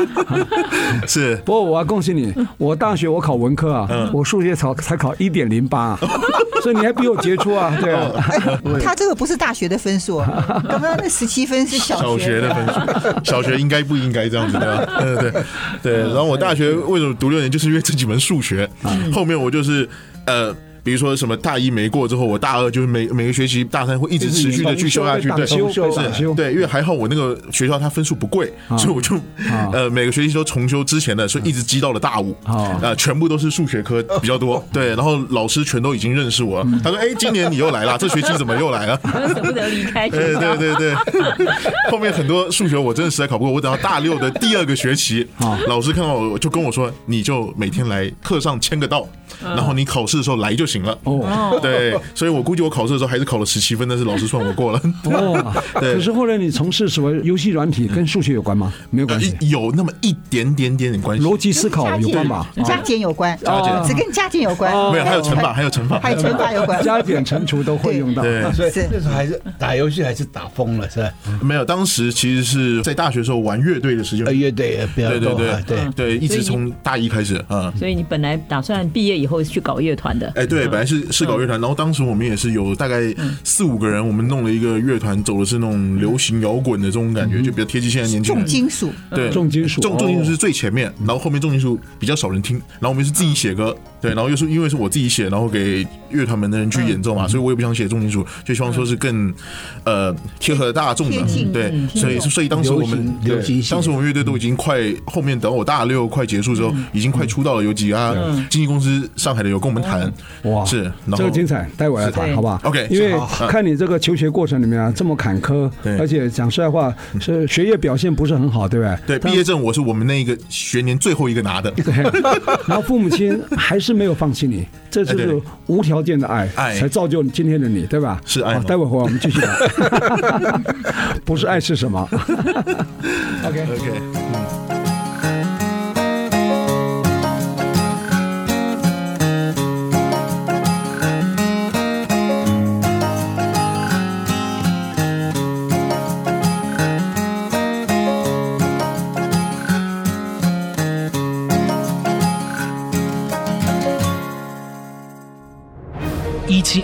[SPEAKER 5] 对，是。
[SPEAKER 2] 不过我要恭喜你，我大学我考文科啊，我数学考才考一点零八，所以你还比我杰出啊，对啊。
[SPEAKER 4] 哎他这个不是大学的分数，刚刚那十七分是
[SPEAKER 5] 小
[SPEAKER 4] 小
[SPEAKER 5] 学
[SPEAKER 4] 学
[SPEAKER 5] 的分数，小学应该不应该这样子对吧？对对对，对，然后我大学为什么读六年，就是因为这几门数学，后面我就是呃。比如说什么大一没过之后，我大二就是每每个学期，大三会一直持续的去修下去，对，
[SPEAKER 2] 修修
[SPEAKER 5] 是
[SPEAKER 2] 修，
[SPEAKER 5] 对，因为还好我那个学校它分数不贵，所以我就
[SPEAKER 2] 啊
[SPEAKER 5] 呃每个学期都重修之前的，所以一直积到了大五，
[SPEAKER 2] 哦
[SPEAKER 5] 呃，全部都是数学科比较多，对，然后老师全都已经认识我了，他说：“哎，今年你又来了，这学期怎么又来了？”
[SPEAKER 1] 舍不得离 开学
[SPEAKER 5] 哎对
[SPEAKER 1] 校。
[SPEAKER 5] 对对对，后面很多数学我真的实在考不过，我等到大六的第二个学期，老师看到我就跟我说，你就每天来课上签个到，然后你考试的时候来就行了。
[SPEAKER 2] 哦
[SPEAKER 5] 对，所以我估计我考试的时候还是考了十七分，但是老师算我过了。
[SPEAKER 2] 哦，可是后来你从事什么游戏软体跟数学有关吗？没 有关系，
[SPEAKER 5] 有那么一点点点点关系，
[SPEAKER 2] 逻辑思考有关吧？
[SPEAKER 4] 加减有关，
[SPEAKER 5] 加减哦
[SPEAKER 4] 只跟加减有关，
[SPEAKER 5] 没有，还有乘法，还有乘法，
[SPEAKER 4] 还有乘法有关，
[SPEAKER 2] 加减乘除都会用到。
[SPEAKER 5] 对。
[SPEAKER 3] 所以
[SPEAKER 4] 是
[SPEAKER 3] 那时候还是打游戏还是打疯了，是吧？
[SPEAKER 5] 没有，当时其实是在大学时候玩乐队的时间
[SPEAKER 3] 呃，，乐队也比较
[SPEAKER 5] 对对
[SPEAKER 3] 多啊，
[SPEAKER 5] 对嗯
[SPEAKER 3] 对。
[SPEAKER 5] 对，一直从大一开始，嗯。
[SPEAKER 1] 所以你本来打算毕业以后去搞乐团的，
[SPEAKER 5] 哎，对，本来是是搞乐团，然后当时我们也是有大概四五个人，我们弄了一个乐团，走的是那种流行摇滚的这种感觉，就比较贴近现在年轻
[SPEAKER 4] 重
[SPEAKER 5] 人。
[SPEAKER 4] 金属，
[SPEAKER 5] 对，
[SPEAKER 2] 重金属
[SPEAKER 5] 重重金属是最前面，然后后面重金属比较少人听，然后我们是自己写歌，对，然后又是因为是我自己写，然后给乐团们的人去演奏嘛，所以我也不想写重金属，就希望说是更呃贴合大众的
[SPEAKER 4] 贴近，
[SPEAKER 5] 对，
[SPEAKER 4] 嗯
[SPEAKER 5] 所以所以当时我们
[SPEAKER 3] 流行流行
[SPEAKER 5] 对
[SPEAKER 3] 性
[SPEAKER 5] 当时我们乐队都已经快后面等我大六快结束之后，已经快出道了，有几家经纪公司上海的有跟我们谈，
[SPEAKER 2] 哇，
[SPEAKER 5] 是，然
[SPEAKER 2] 这
[SPEAKER 5] 后
[SPEAKER 2] 个精彩，待会儿来
[SPEAKER 1] 是
[SPEAKER 2] 谈，好不好
[SPEAKER 5] OK，
[SPEAKER 2] 因为
[SPEAKER 5] 好好嗯
[SPEAKER 2] 看你这个求学过程里面啊，这么坎坷
[SPEAKER 5] 对，
[SPEAKER 2] 而且讲实在话，是学业表现不是很好，对不对？
[SPEAKER 5] 对，毕业证我是我们那个学年最后一个拿的。
[SPEAKER 2] 对， 然后父母亲还是没有放弃你，这就
[SPEAKER 5] 哎
[SPEAKER 2] 是
[SPEAKER 5] 对
[SPEAKER 2] 无条件的爱，
[SPEAKER 5] 爱
[SPEAKER 2] 才造就今天的你，对吧？
[SPEAKER 5] 是爱哎
[SPEAKER 2] 好
[SPEAKER 5] 吗
[SPEAKER 2] 待会儿我们继 续聊，不是爱是什么？
[SPEAKER 5] OK，
[SPEAKER 6] 一七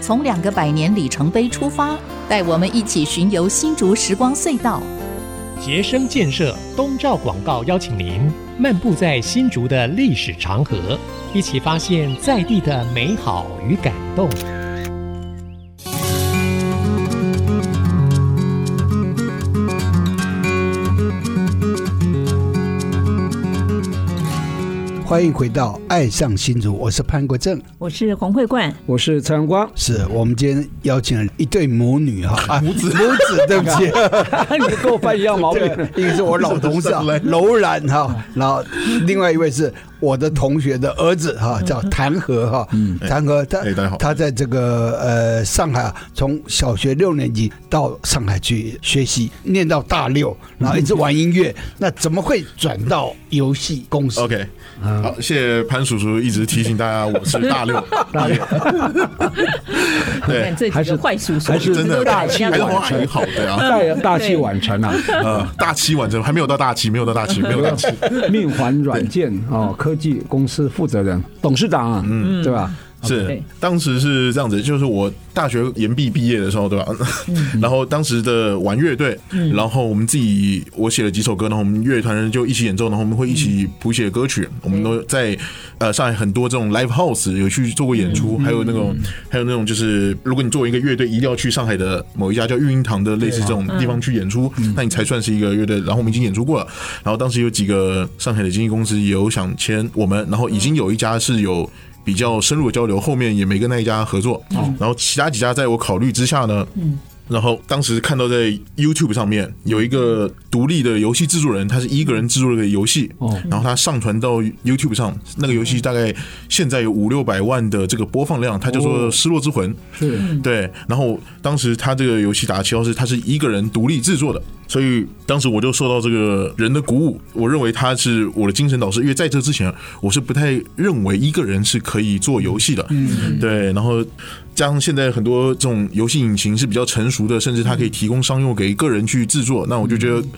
[SPEAKER 7] 从两个百年里程碑出发，带我们一起巡游新竹时光隧道。
[SPEAKER 8] 杰生建设东照广告邀请您漫步在新竹的历史长河，一起发现在地的美好与感动。
[SPEAKER 3] 欢迎回到《爱上新竹》，我是潘国正。
[SPEAKER 1] 我是洪慧冠，
[SPEAKER 2] 我是蔡阳光，
[SPEAKER 3] 是我们今天邀请了一对母女哈，母子母子，对不起，
[SPEAKER 2] 你跟我犯一样毛病。
[SPEAKER 3] 对一个是我老同 事啊
[SPEAKER 5] 上来，
[SPEAKER 3] 柔然哈，然后另外一位是我的同学的儿子哈，叫谭和哈，谭和他
[SPEAKER 5] 嗯哎大家好
[SPEAKER 3] 他在这个呃上海啊，从小学六年级到上海去学习，念到大六，然后一直玩音乐，那怎么会转到游戏公司？
[SPEAKER 5] OK，好，
[SPEAKER 2] 嗯
[SPEAKER 5] 谢谢潘叔叔一直提醒大家，我是大 六，大六，对
[SPEAKER 1] 看，这几个坏叔叔，
[SPEAKER 2] 还是
[SPEAKER 5] 真的
[SPEAKER 2] 大
[SPEAKER 5] 还
[SPEAKER 2] 器
[SPEAKER 5] 是
[SPEAKER 2] 晚
[SPEAKER 5] 我阿姨
[SPEAKER 2] 成，
[SPEAKER 5] 好，对啊，
[SPEAKER 2] 大大器晚成啊！
[SPEAKER 5] 呃，大七完成还没有到大七，没有到大七，没有到大七，
[SPEAKER 2] 命环软件哦，科技公司负责人、董事长啊，嗯，对吧？
[SPEAKER 5] 是
[SPEAKER 1] 对，
[SPEAKER 5] 当时是这样子，就是我大学研毕毕业的时候，对吧？ 然后当时的玩乐队，然后我们自己我写了几首歌，然后我们乐团人就一起演奏，然后我们会一起谱写歌曲，我们都在呃上海很多这种 live house 有去做过演出，还有那种还有那种就是，如果你作为一个乐队，一定要去上海的某一家叫育婴堂的类似这种地方去演出，那你才算是一个乐队。然后我们已经演出过了，然后当时有几个上海的经纪公司也有想签我们，然后已经有一家是有。比较深入的交流，后面也没跟那一家合作。然后其他几家在我考虑之下呢，然后当时看到在 YouTube 上面有一个独立的游戏制作人，他是一个人制作了个游戏，然后他上传到 YouTube 上，那个游戏大概现在有五六百万的这个播放量，它叫做《失落之魂》。
[SPEAKER 2] 是
[SPEAKER 5] 对，然后当时他这个游戏打七号是他是一个人独立制作的，所以当时我就受到这个人的鼓舞，我认为他是我的精神导师，因为在这之前我是不太认为一个人是可以做游戏的，嗯，对，然后。加上现在很多这种游戏引擎是比较成熟的，甚至它可以提供商用给个人去制作。那我就觉
[SPEAKER 2] 嗯
[SPEAKER 5] 得，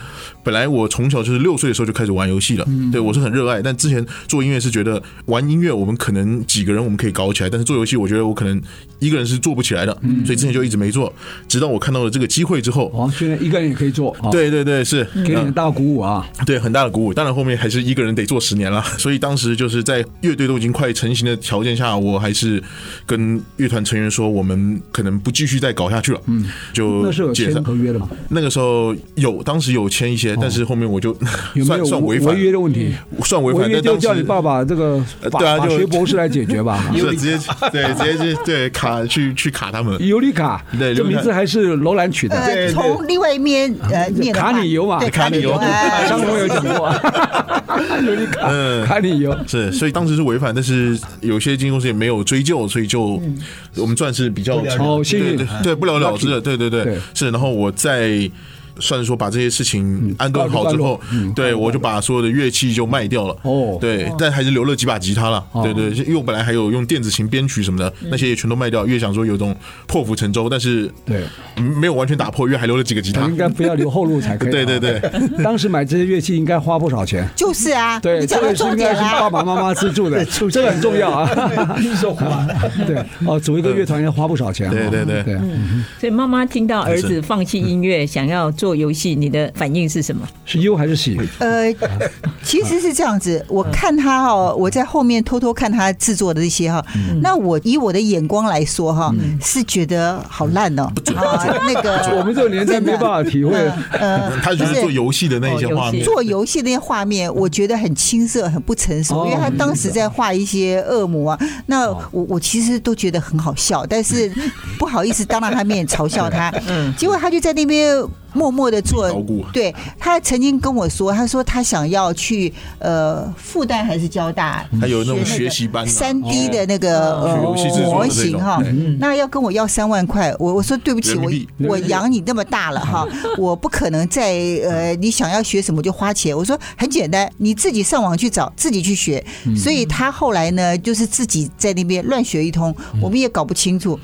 [SPEAKER 5] 本来我从小就是六岁的时候就开始玩游戏了，对我是很热爱。但之前做音乐是觉得玩音乐我们可能几个人我们可以搞起来，但是做游戏我觉得我可能一个人是做不起来的，所以之前就一直没做。直到我看到了这个机会之后，
[SPEAKER 2] 嗯哦，现在一个人也可以做，哦，
[SPEAKER 5] 对对对，是
[SPEAKER 2] 给你
[SPEAKER 5] 嗯
[SPEAKER 2] 很大鼓舞啊！
[SPEAKER 5] 对，很大的鼓舞。当然后面还是一个人得做十年了， 所以当时就是在乐队都已经快成型的条件下，我还是跟乐团成员说，我们可能不继续再搞下去了，嗯，
[SPEAKER 2] 那
[SPEAKER 5] 就是
[SPEAKER 2] 有
[SPEAKER 5] 解
[SPEAKER 2] 签
[SPEAKER 5] 散。
[SPEAKER 2] 合约的嘛？
[SPEAKER 5] 那个时候有，当时有签一些，但是后面我就
[SPEAKER 2] 有没
[SPEAKER 5] 算
[SPEAKER 2] 有
[SPEAKER 5] 算
[SPEAKER 2] 违
[SPEAKER 5] 违反，
[SPEAKER 2] 约的问题？
[SPEAKER 5] 算违
[SPEAKER 2] 违
[SPEAKER 5] 反。
[SPEAKER 2] 约
[SPEAKER 5] 但
[SPEAKER 2] 就
[SPEAKER 5] 当
[SPEAKER 2] 叫你
[SPEAKER 5] 时
[SPEAKER 2] 爸爸这个
[SPEAKER 5] 呃
[SPEAKER 2] 法
[SPEAKER 5] 对啊
[SPEAKER 2] 法
[SPEAKER 5] 就
[SPEAKER 2] 学博士来解决吧。
[SPEAKER 5] 是直接 对直接就对卡去去卡他们。
[SPEAKER 2] 尤里卡，
[SPEAKER 5] 对
[SPEAKER 2] 这
[SPEAKER 5] 尤里
[SPEAKER 2] 名
[SPEAKER 5] 卡
[SPEAKER 2] 字还是楼兰取的。
[SPEAKER 5] 对
[SPEAKER 4] 呃，从另外一面呃念的话
[SPEAKER 2] 卡里尤嘛
[SPEAKER 4] 对，
[SPEAKER 5] 卡里尤
[SPEAKER 4] 哎
[SPEAKER 2] 张总有讲过，尤里卡，
[SPEAKER 5] 嗯，
[SPEAKER 2] 卡里尤。
[SPEAKER 5] 是，所以当时是违反，但是有些经纪公司也没有追究，所以就、
[SPEAKER 2] 嗯
[SPEAKER 5] 我们算是比较
[SPEAKER 2] 哦幸运
[SPEAKER 5] 对对对，不了了之的，对对对，
[SPEAKER 2] 对
[SPEAKER 5] 是。然后我在算是说把这些事情安顿好之后，对我就把所有的乐器就卖掉了。
[SPEAKER 2] 哦
[SPEAKER 5] 对，但还是留了几把吉他了。
[SPEAKER 2] 哦
[SPEAKER 5] 对对，因为我本来还有用电子琴编曲什么的，那些也全都卖掉，越想说有种破釜沉舟，但是嗯
[SPEAKER 2] 对，
[SPEAKER 5] 没有完全打破，因为还留了几个吉他
[SPEAKER 2] 应。该不要留后路才可以。
[SPEAKER 5] 对对对，
[SPEAKER 2] 当时买这些乐器应该花不少钱。
[SPEAKER 4] 就是啊，
[SPEAKER 2] 对，
[SPEAKER 4] 你
[SPEAKER 2] 这
[SPEAKER 4] 讲
[SPEAKER 2] 个
[SPEAKER 4] 到
[SPEAKER 2] 是应
[SPEAKER 4] 重
[SPEAKER 2] 该
[SPEAKER 4] 点啊
[SPEAKER 2] 是
[SPEAKER 4] 啦
[SPEAKER 2] 爸。爸妈妈资助 的，这个很重要啊。
[SPEAKER 3] 说话，
[SPEAKER 2] 对，哦，组一个乐团要花不少钱啊。
[SPEAKER 5] 对对对
[SPEAKER 2] 对，
[SPEAKER 4] 嗯
[SPEAKER 1] 所以妈妈听到儿子放弃音乐，想要做游戏，你的反应是什么？
[SPEAKER 2] 是忧还是喜？
[SPEAKER 4] 呃，其实是这样子，我看他哦，我在后面偷偷看他制作的一些哈、那我以我的眼光来说哈、是觉得好烂哦，啊，那个嗯
[SPEAKER 2] 我们这个年代没办 法体会。哎
[SPEAKER 4] 呃，
[SPEAKER 5] 嗯他觉
[SPEAKER 4] 就
[SPEAKER 5] 得
[SPEAKER 4] 是
[SPEAKER 5] 做游戏的那些
[SPEAKER 1] 哦游
[SPEAKER 5] 画
[SPEAKER 1] 戏
[SPEAKER 5] 面，
[SPEAKER 4] 做游戏那些画面，我觉得很青涩、很不成熟，
[SPEAKER 2] 哦
[SPEAKER 4] 因为他当时在画一些恶魔啊。那我我其实都觉得很好笑，但是不好意思当着他面嘲笑他。嗯，结果他就在那边默默的做
[SPEAKER 5] 捣鼓。
[SPEAKER 4] 对他曾经跟我说，他说他想要去呃复旦还是交大
[SPEAKER 5] 还有那
[SPEAKER 4] 学那个
[SPEAKER 5] 种学习班啊
[SPEAKER 4] 三 D 的那个呃
[SPEAKER 5] 学哦游戏制作
[SPEAKER 4] 模
[SPEAKER 5] 的这
[SPEAKER 4] 型
[SPEAKER 5] 种哎
[SPEAKER 4] 哈，那要跟我要三万块，我我说对不起，
[SPEAKER 5] 人
[SPEAKER 4] 我
[SPEAKER 5] 民币
[SPEAKER 4] 我养你那么大了 哈，我不可能再呃你想要学什么就花钱，我说很简单，你自己上网去找，自己去学。
[SPEAKER 5] 嗯
[SPEAKER 4] 所以他后来呢，就是自己在那边乱学一通，
[SPEAKER 5] 嗯
[SPEAKER 4] 我们也搞不清楚。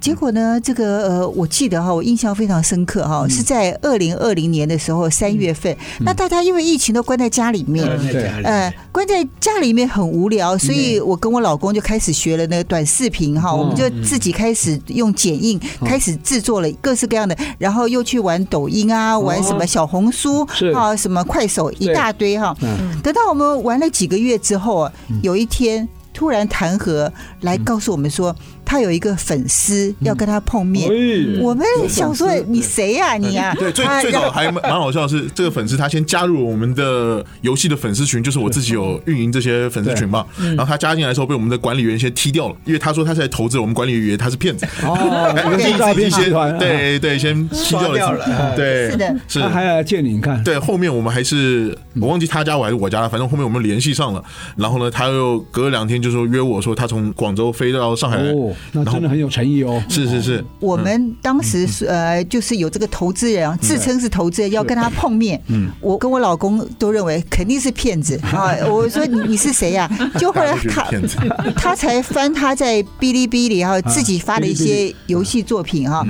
[SPEAKER 4] 结果呢，这个呃，我记得哈，我印象非常深刻哈，
[SPEAKER 5] 嗯
[SPEAKER 4] 是在二零二零年的时候三月份，那大家因为疫情都关在家里面，
[SPEAKER 2] 对
[SPEAKER 5] 哎
[SPEAKER 4] 呃，关在家里面很无
[SPEAKER 5] 嗯
[SPEAKER 4] 聊，所以我跟我老公就开始学了那个短视频哈，我们就
[SPEAKER 5] 嗯
[SPEAKER 4] 自己开始用剪映，开始制作了各式各样的，然后又去玩抖音啊，
[SPEAKER 5] 哦
[SPEAKER 4] 玩什么小红书
[SPEAKER 2] 是
[SPEAKER 4] 啊，什么快手一大堆哈。
[SPEAKER 2] 嗯
[SPEAKER 4] 等到我们玩了几个月之后啊，
[SPEAKER 5] 嗯
[SPEAKER 4] 有一天突然弹劾来告诉我们说，他有一个粉丝
[SPEAKER 5] 嗯
[SPEAKER 4] 要跟他碰面。
[SPEAKER 2] 哎
[SPEAKER 4] 我们想说你谁呀、你呀、啊？
[SPEAKER 5] 对，最
[SPEAKER 4] 啊
[SPEAKER 5] 最
[SPEAKER 4] 然后
[SPEAKER 5] 早还蛮蛮好笑的是，这个粉丝他先加入我们的游戏的粉丝群，就是我自己有运营这些粉丝群嘛。然后他加进来的时候，被我们的管理员先踢掉了，因为他说他是来投资我们管理员，他是骗子。
[SPEAKER 2] 哦，你们
[SPEAKER 5] 第
[SPEAKER 2] 是诈骗
[SPEAKER 5] 一
[SPEAKER 2] 集
[SPEAKER 5] 先
[SPEAKER 2] 团，，
[SPEAKER 5] 对对，先踢掉
[SPEAKER 3] 刷掉
[SPEAKER 5] 了
[SPEAKER 3] 了
[SPEAKER 5] 一次，对，
[SPEAKER 4] 是的，
[SPEAKER 5] 是
[SPEAKER 2] 他。还来见你，你看，
[SPEAKER 5] 对，后面我们还是我忘记他加我还是我加了，反正后面我们联系上了。然后呢，他又隔了两天就说约我说他从广州飞到上海来，
[SPEAKER 2] 哦，那真的很有诚意哦。
[SPEAKER 5] 哎是是是，
[SPEAKER 4] 我们当时是呃，就是有这个投资人啊，自称是投资人，要跟他碰面。嗯，我跟我老公都认为肯定是骗子啊。我说你你是谁呀、啊就后来
[SPEAKER 5] 大家都觉得
[SPEAKER 4] 他
[SPEAKER 5] 骗子。
[SPEAKER 4] 他才翻他在哔哩哔哩哈自己发的一些游戏作品哈，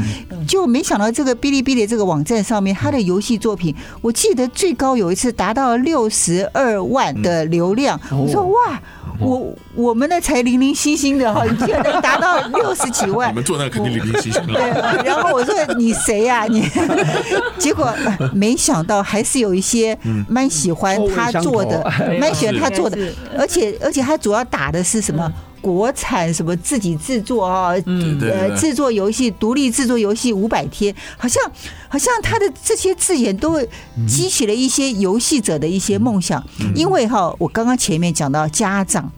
[SPEAKER 4] 就没想到这个哔哩哔哩这个网站上面他的游戏作品，我记得最高有一次达到六十二万的流量，
[SPEAKER 2] 嗯
[SPEAKER 4] 我说
[SPEAKER 2] 哦
[SPEAKER 4] 哇。我我们那才零零星星的哈，你居然能达到六十几万
[SPEAKER 5] 你，们做那个肯定零零星啊星了。
[SPEAKER 4] 对， 然后我说你谁呀、你？ 结果呃没想到还是有一些
[SPEAKER 5] 嗯
[SPEAKER 4] 蛮喜欢他做的， 蛮喜欢他做的，
[SPEAKER 1] 哎
[SPEAKER 4] 而且而且他主要打的是什么？国产什么自己制作啊，
[SPEAKER 5] 嗯对
[SPEAKER 4] 呃，
[SPEAKER 5] 对
[SPEAKER 4] 制作游戏，独立制作游戏五百天，好像好像他的这些字眼都
[SPEAKER 5] 嗯
[SPEAKER 4] 激起了一些游戏者的一些梦想，因为哈，我刚刚前面讲到家长，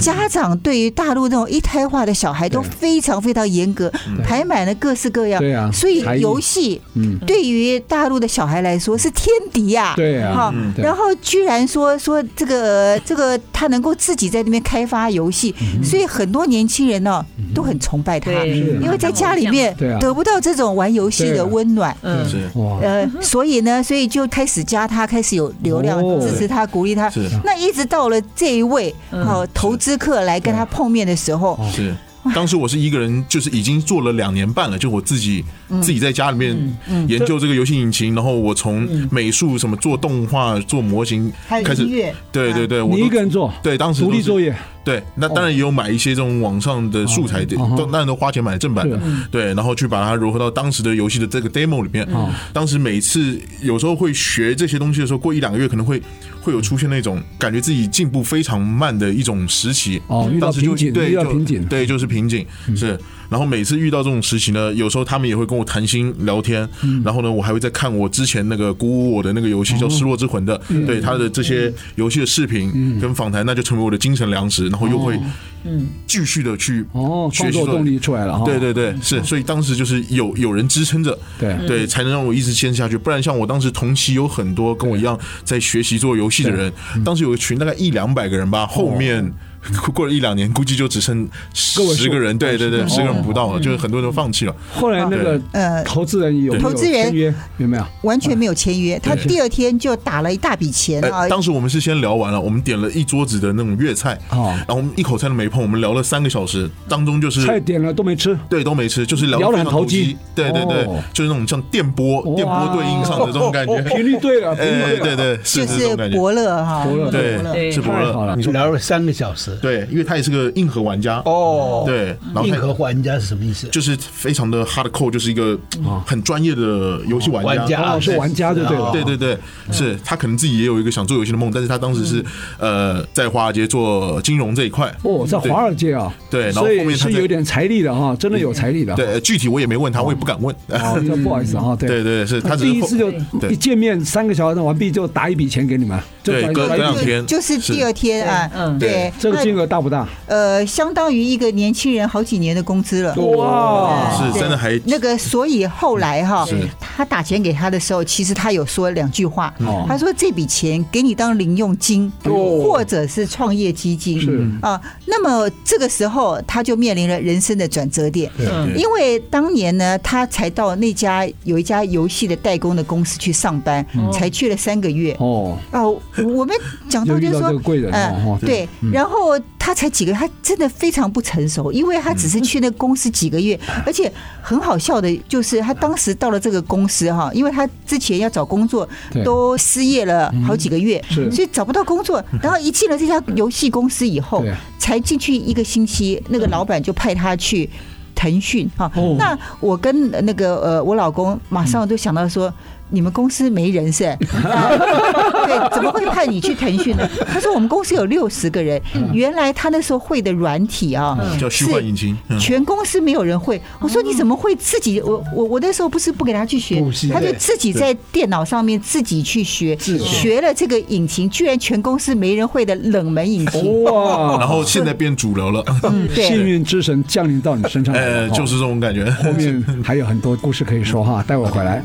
[SPEAKER 4] 家长对于大陆那种一胎化的小孩都
[SPEAKER 2] 嗯对嗯
[SPEAKER 4] 非常非常严格，排满了各式各样。
[SPEAKER 2] 对啊
[SPEAKER 4] 所以
[SPEAKER 2] 才艺
[SPEAKER 4] 游戏
[SPEAKER 2] 嗯，
[SPEAKER 4] 对于大陆的小孩来说是天敌呀、
[SPEAKER 2] 对啊
[SPEAKER 4] 哈
[SPEAKER 2] 嗯对
[SPEAKER 4] 然后居然说说这个这个他能够自己在那边开发游戏，
[SPEAKER 2] 嗯
[SPEAKER 4] 所以很多年轻人呢都很崇拜他，
[SPEAKER 2] 是
[SPEAKER 1] 嗯
[SPEAKER 4] 因为在家里面
[SPEAKER 2] 嗯对啊啊
[SPEAKER 4] 得不到这种玩游戏的温暖。
[SPEAKER 1] 嗯，
[SPEAKER 5] 是
[SPEAKER 2] 哇，
[SPEAKER 4] 呃，所以呢，所以就开始加他，开始有流量，
[SPEAKER 2] 哦
[SPEAKER 4] 支持他，鼓励他。
[SPEAKER 5] 是嗯
[SPEAKER 4] 那一直到了这一位哦投资客来跟他碰面的时候，
[SPEAKER 5] 是。当时我是一个人，就是已经做了两年半了，就我自己
[SPEAKER 4] 嗯
[SPEAKER 5] 自己在家里面研究这个游戏引擎，然后我从美术什么做动画、做模型
[SPEAKER 4] 嗯还有
[SPEAKER 5] 开始
[SPEAKER 4] 音乐，啊
[SPEAKER 5] 对对对，我
[SPEAKER 2] 你
[SPEAKER 5] 都
[SPEAKER 2] 一个人做，
[SPEAKER 5] 对当时
[SPEAKER 2] 独
[SPEAKER 5] 都
[SPEAKER 2] 立
[SPEAKER 5] 是
[SPEAKER 2] 作业，
[SPEAKER 5] 对，那当然也有买一些这种网上的素材的，
[SPEAKER 2] 哦
[SPEAKER 5] 都当然都花钱买正版的
[SPEAKER 2] 对，嗯
[SPEAKER 5] 对，然后去把它融合到当时的游戏的这个 demo 里面。
[SPEAKER 2] 嗯
[SPEAKER 5] 当时每次有时候会学这些东西的时候，过一两个月可能会会有出现那种感觉自己进步非常慢的一种时期。
[SPEAKER 2] 哦遇到
[SPEAKER 5] 当时就
[SPEAKER 2] 瓶颈
[SPEAKER 5] 对，
[SPEAKER 2] 遇到
[SPEAKER 5] 就
[SPEAKER 2] 瓶颈嗯
[SPEAKER 5] 对，就是瓶颈是。然后每次遇到这种时期呢，有时候他们也会跟我谈心聊天，
[SPEAKER 2] 嗯
[SPEAKER 5] 然后呢，我还会再看我之前那个鼓舞我的那个游戏
[SPEAKER 2] 哦
[SPEAKER 5] 叫《失落之魂》的，
[SPEAKER 2] 嗯
[SPEAKER 5] 对他的这些游戏的视频跟访谈，那就成为我的精神粮食，然后又会
[SPEAKER 2] 嗯
[SPEAKER 5] 继续的去
[SPEAKER 2] 哦，
[SPEAKER 5] 学
[SPEAKER 2] 创
[SPEAKER 5] 习
[SPEAKER 2] 作
[SPEAKER 5] 做
[SPEAKER 2] 动力出来了哈。
[SPEAKER 5] 对对对，是，所以当时就是有有人支撑着，
[SPEAKER 2] 嗯对
[SPEAKER 5] 对，才能让我一直坚持下去。不然像我当时同期有很多跟我一样在学习做游戏的人，
[SPEAKER 2] 嗯
[SPEAKER 5] 当时有个群大概一两百个人吧，后
[SPEAKER 2] 哦
[SPEAKER 5] 面。过了一两年，估计就只剩
[SPEAKER 2] 个位数
[SPEAKER 5] 十个人，对对
[SPEAKER 2] 嗯
[SPEAKER 5] 对，十个人不到了，就是很多人都放弃了。
[SPEAKER 2] 后来那个
[SPEAKER 4] 呃，
[SPEAKER 2] 投资人有没有
[SPEAKER 4] 投资人
[SPEAKER 2] 签约有没有？
[SPEAKER 4] 完全没有签约，他第二天就打了一大笔钱啊
[SPEAKER 5] 哎，，当时我们是先聊完了，我们点了一桌子的那种粤菜，
[SPEAKER 2] 哦
[SPEAKER 5] 然后我们一口菜都没碰，我们聊了三个小时，当中就是
[SPEAKER 2] 菜点了都没吃，
[SPEAKER 5] 对，都没吃，就是聊
[SPEAKER 2] 聊得
[SPEAKER 5] 得非
[SPEAKER 2] 很
[SPEAKER 5] 常
[SPEAKER 2] 投
[SPEAKER 5] 投
[SPEAKER 2] 机
[SPEAKER 5] 机，对对对
[SPEAKER 2] 哦，
[SPEAKER 5] 就是那种像电波电波对应上的这种感觉，
[SPEAKER 2] 频率哦对了，频率
[SPEAKER 5] 哎，对
[SPEAKER 2] 了，
[SPEAKER 5] 对，
[SPEAKER 4] 就是
[SPEAKER 5] 这
[SPEAKER 4] 是
[SPEAKER 5] 种感觉，
[SPEAKER 4] 伯乐哈，嗯
[SPEAKER 2] 伯乐
[SPEAKER 5] 对，是伯
[SPEAKER 2] 太好了
[SPEAKER 5] 乐，你说
[SPEAKER 3] 聊了三个小时。
[SPEAKER 5] 对，因为他也是个硬核玩家，
[SPEAKER 3] 哦，
[SPEAKER 5] 对，然后
[SPEAKER 3] 硬
[SPEAKER 5] 他
[SPEAKER 3] 核玩家是什么意思？
[SPEAKER 5] 就是非常的 hardcore，就是一个
[SPEAKER 2] 啊
[SPEAKER 5] 很专业的游戏玩
[SPEAKER 3] 玩家
[SPEAKER 2] 哦是玩家就对了，
[SPEAKER 5] 对对对，
[SPEAKER 2] 嗯
[SPEAKER 5] 是他可能自己也有一个想做游戏的梦，但是他当时是
[SPEAKER 2] 嗯
[SPEAKER 5] 呃在华尔街做金融这一块，
[SPEAKER 2] 哦，在华尔街啊，
[SPEAKER 5] 对然后
[SPEAKER 2] 所
[SPEAKER 5] 后
[SPEAKER 2] 以
[SPEAKER 5] 面他
[SPEAKER 2] 是
[SPEAKER 5] 在嗯
[SPEAKER 2] 有点财力的哈，真的有财力的，，
[SPEAKER 5] 对，呃具体我也没问他，我也不敢问，
[SPEAKER 2] 哦，这不好意思哈，对
[SPEAKER 5] 对对，是他只
[SPEAKER 2] 第
[SPEAKER 5] 是
[SPEAKER 2] 一
[SPEAKER 5] 后
[SPEAKER 2] 次就
[SPEAKER 5] 对
[SPEAKER 2] 一见面三个小时完毕就打一笔钱给你们，就
[SPEAKER 5] 对
[SPEAKER 2] 转
[SPEAKER 5] 隔
[SPEAKER 2] 转
[SPEAKER 5] 隔两
[SPEAKER 2] 一笔
[SPEAKER 5] 天
[SPEAKER 4] 就就是第二天啊，嗯，对，
[SPEAKER 2] 这个
[SPEAKER 4] 那
[SPEAKER 2] 金额大不大？
[SPEAKER 4] 呃，相当于一个年轻人好几年的工资了。
[SPEAKER 2] 哇，
[SPEAKER 5] 是真的还
[SPEAKER 4] 那个，所以后来哈
[SPEAKER 5] 是，
[SPEAKER 4] 他打钱给他的时候，其实他有说两句话
[SPEAKER 2] 哦，哎
[SPEAKER 4] 他说这笔钱给你当零用金，或者是创业基金，
[SPEAKER 2] 是
[SPEAKER 5] 嗯
[SPEAKER 4] 啊。那么这个时候他就面临了人生的转折点，
[SPEAKER 1] 嗯
[SPEAKER 5] 对
[SPEAKER 4] 因为当年呢，他才到那家有一家游戏的代工的公司去上班，才去了三个月。
[SPEAKER 2] 嗯哦，
[SPEAKER 4] 哦，我们讲到
[SPEAKER 2] 又遇
[SPEAKER 4] 就是
[SPEAKER 2] 到这
[SPEAKER 4] 说
[SPEAKER 2] 个，贵人哦，哦
[SPEAKER 4] 嗯，对，然后他才几个月，他真的非常不成熟，因为他只是去那公司几个月，
[SPEAKER 2] 嗯
[SPEAKER 4] 而且很好笑的就是他当时到了这个公司哈，因为他之前要找工作
[SPEAKER 2] 对嗯
[SPEAKER 4] 都失业了好几个月，
[SPEAKER 2] 是嗯
[SPEAKER 4] 所以找不到工作，然后一进了这家游戏公司以后
[SPEAKER 2] 对，
[SPEAKER 4] 才进去一个星期，那个老板就派他去。腾讯哈
[SPEAKER 2] 哦，
[SPEAKER 4] 那我跟那个呃，我老公马上就想到说，你们公司没人是吧？对，怎么会派你去腾讯呢？他说我们公司有六十个人，原来他那时候会的软体啊，
[SPEAKER 5] 叫虚幻引擎，嗯
[SPEAKER 4] 全公司没有人会。我说你怎么会自己？我我我那时候不是不给他去学
[SPEAKER 3] 不是，
[SPEAKER 4] 他就自己在电脑上面自己去学，学了这个引擎，居然全公司没人会的冷门引擎。
[SPEAKER 2] 哇，
[SPEAKER 5] 然后现在变主流了，
[SPEAKER 4] 嗯，
[SPEAKER 2] 幸
[SPEAKER 4] 对，
[SPEAKER 2] 运之神降临到你身上来了
[SPEAKER 5] 呃，
[SPEAKER 2] 哈
[SPEAKER 5] 就是这种感觉。
[SPEAKER 2] 后面还有很多故事可以说哈，待会儿回
[SPEAKER 5] 嗯
[SPEAKER 2] 来。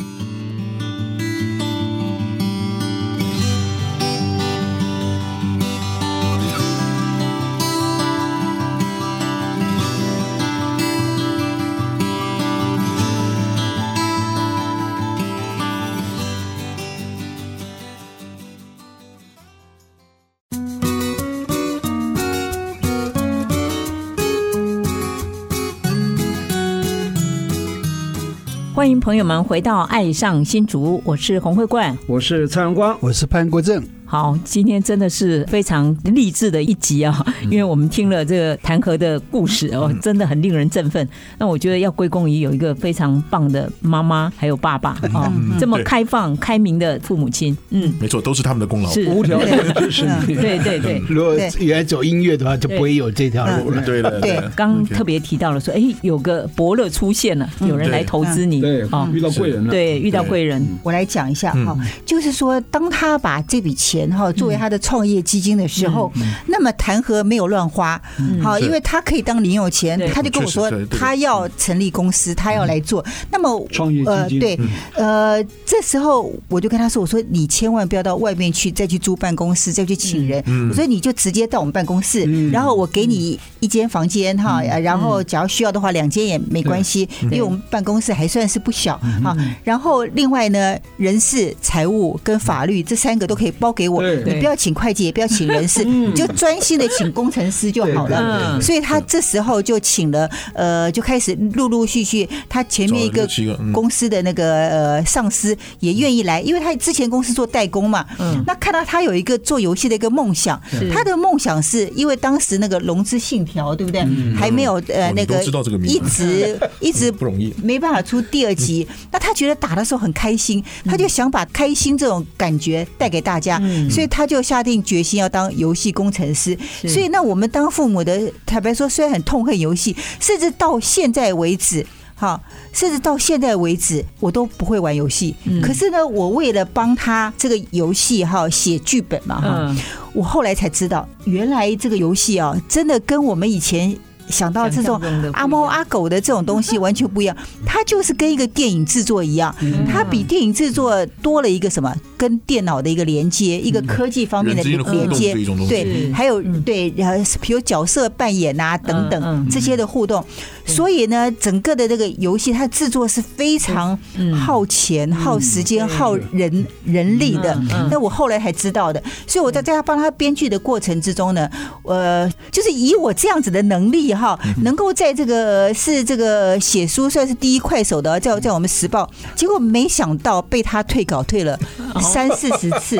[SPEAKER 1] 欢迎朋友们回到《爱上新竹》，我是洪慧冠。
[SPEAKER 2] 我是蔡荣光，
[SPEAKER 3] 我是潘国正，
[SPEAKER 1] 好，今天真的是非常励志的一集啊，
[SPEAKER 2] 嗯
[SPEAKER 1] 因为我们听了这个弹劾的故事哦，真的很令人振奋。那我觉得要归功于有一个非常棒的妈妈还有爸爸
[SPEAKER 2] 嗯
[SPEAKER 1] 哦，这么
[SPEAKER 5] 对
[SPEAKER 1] 开放开明的父母亲，嗯，
[SPEAKER 5] 没错，都是他们的功劳。
[SPEAKER 1] 是，
[SPEAKER 2] 无条件支持
[SPEAKER 4] 嗯
[SPEAKER 2] 你。嗯
[SPEAKER 1] 对对对。
[SPEAKER 3] 如果
[SPEAKER 4] 对
[SPEAKER 3] 原来走音乐的话，就不会有这条路了。
[SPEAKER 5] 对的，
[SPEAKER 4] 对
[SPEAKER 5] 的
[SPEAKER 1] 刚特别提到了说，哎，有个伯乐出现了，有人来投资
[SPEAKER 4] 嗯
[SPEAKER 5] 嗯
[SPEAKER 1] 你
[SPEAKER 2] 嗯对
[SPEAKER 5] 啊
[SPEAKER 2] 嗯
[SPEAKER 1] 哦，
[SPEAKER 2] 遇到贵人了。
[SPEAKER 1] 对，遇到贵人，
[SPEAKER 4] 我来讲一下哈，就是说，当他把这笔钱哈作为他的创业基金的时候，那么谈何没有乱花？好，
[SPEAKER 5] 是
[SPEAKER 4] 因为他可以当零用钱
[SPEAKER 1] 对，
[SPEAKER 4] 他就跟我说
[SPEAKER 5] 确实对对
[SPEAKER 4] 他要成立公司，他要来做。那么
[SPEAKER 2] 创业基金
[SPEAKER 4] 呃，对，呃，这时候我就跟他说，我说你千万不要到外面去再去租办公室，再去请
[SPEAKER 5] 嗯
[SPEAKER 4] 人，我说你就直接到我们办公室，
[SPEAKER 2] 嗯
[SPEAKER 4] 然后我给你一间房间哈，呃然后假如需要的话，两间也没关系，因为我们办公室还算是不小哈。然后另外呢，人事、财务跟法律这三个都可以包给我，
[SPEAKER 2] 对
[SPEAKER 4] 你不要请会计，也不要请人事，你就专心的请工程师就好了。
[SPEAKER 1] 嗯，
[SPEAKER 4] 所以他这时候就请了，呃，就开始陆陆续续，他前面一
[SPEAKER 5] 找了
[SPEAKER 4] 个
[SPEAKER 5] 六七个嗯
[SPEAKER 4] 公司的那个呃上司也愿意来，因为他之前公司做代工嘛，
[SPEAKER 1] 嗯
[SPEAKER 4] 那看到他有一个做游戏的一个梦想，
[SPEAKER 1] 是
[SPEAKER 4] 他的梦想是因为当时那个融资信条对不对，还没有呃
[SPEAKER 5] 哦
[SPEAKER 4] 那
[SPEAKER 5] 你
[SPEAKER 4] 个
[SPEAKER 5] 都知道这个名字
[SPEAKER 4] 一直 一直
[SPEAKER 5] 不容易。
[SPEAKER 4] 没办法出第二集，那他觉得打的时候很开心，
[SPEAKER 5] 嗯
[SPEAKER 4] 他就想把开心这种感觉带给大
[SPEAKER 2] 嗯
[SPEAKER 4] 家，
[SPEAKER 1] 嗯
[SPEAKER 4] 嗯所以他就下定决心要当游戏工程师。
[SPEAKER 1] 是
[SPEAKER 4] 所以，那我们当父母的，坦白说，虽然很痛恨游戏，甚至到现在为止。哈，甚至到现在为止，我都不会玩游戏。
[SPEAKER 1] 嗯
[SPEAKER 4] 可是呢，我为了帮他这个游戏哈写剧本嘛哈，
[SPEAKER 1] 嗯，
[SPEAKER 4] 我后来才知道，原来这个游戏啊，真的跟我们以前想到这种
[SPEAKER 1] 想象中的不一样
[SPEAKER 4] 阿猫阿狗的这种东西完全不一样。它就是跟一个电影制作一样，
[SPEAKER 1] 嗯
[SPEAKER 4] 它比电影制作多了一个什么？跟电脑的一个连接，一个科技方面的
[SPEAKER 5] 人之间的互动
[SPEAKER 4] 连接
[SPEAKER 5] 是一种东，西
[SPEAKER 4] 对，
[SPEAKER 1] 是
[SPEAKER 4] 还有
[SPEAKER 1] 嗯
[SPEAKER 4] 对，然后比如角色扮演啊等
[SPEAKER 1] 嗯
[SPEAKER 4] 等
[SPEAKER 1] 嗯
[SPEAKER 4] 这些的互动。所以呢，整个的这个游戏它制作是非常
[SPEAKER 1] 嗯
[SPEAKER 4] 耗钱、耗时间、耗人人力的
[SPEAKER 1] 嗯嗯。
[SPEAKER 4] 那我后来才知道的，所以我在在他帮他编剧的过程之中呢，呃，就是以我这样子的能力哈，能够在这个是这个写书算是第一快手的，在在我们时报，结果没想到被他退稿退了三四十次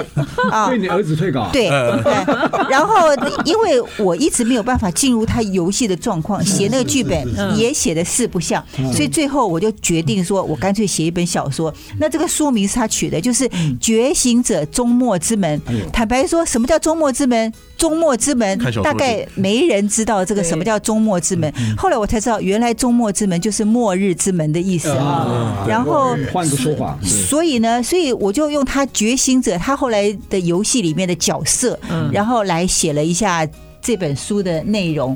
[SPEAKER 4] 啊
[SPEAKER 2] 被。你儿子退稿，
[SPEAKER 5] 呃
[SPEAKER 4] 对，对然后因为我一直没有办法进入他游戏的状况，写那个剧本
[SPEAKER 5] 嗯
[SPEAKER 4] 也写的四不像，所以最后我就决定说，我干脆写一本小说。那这个书名是他取的，就是
[SPEAKER 5] 嗯
[SPEAKER 4] 《觉醒者终末之门》。坦白说，什么叫终末之门？终末之门
[SPEAKER 5] 哎看小，说嗯
[SPEAKER 4] 大概没人知道这个什么叫终末之门。后来我才知道，原来终末之门就是末日之门的意思
[SPEAKER 5] 嗯
[SPEAKER 4] 啊。然后
[SPEAKER 2] 换个说法，
[SPEAKER 4] 所以呢，所以我就用他觉醒者他后来的游戏里面的角色，
[SPEAKER 1] 嗯
[SPEAKER 4] 然后来写了一下这本书的内容、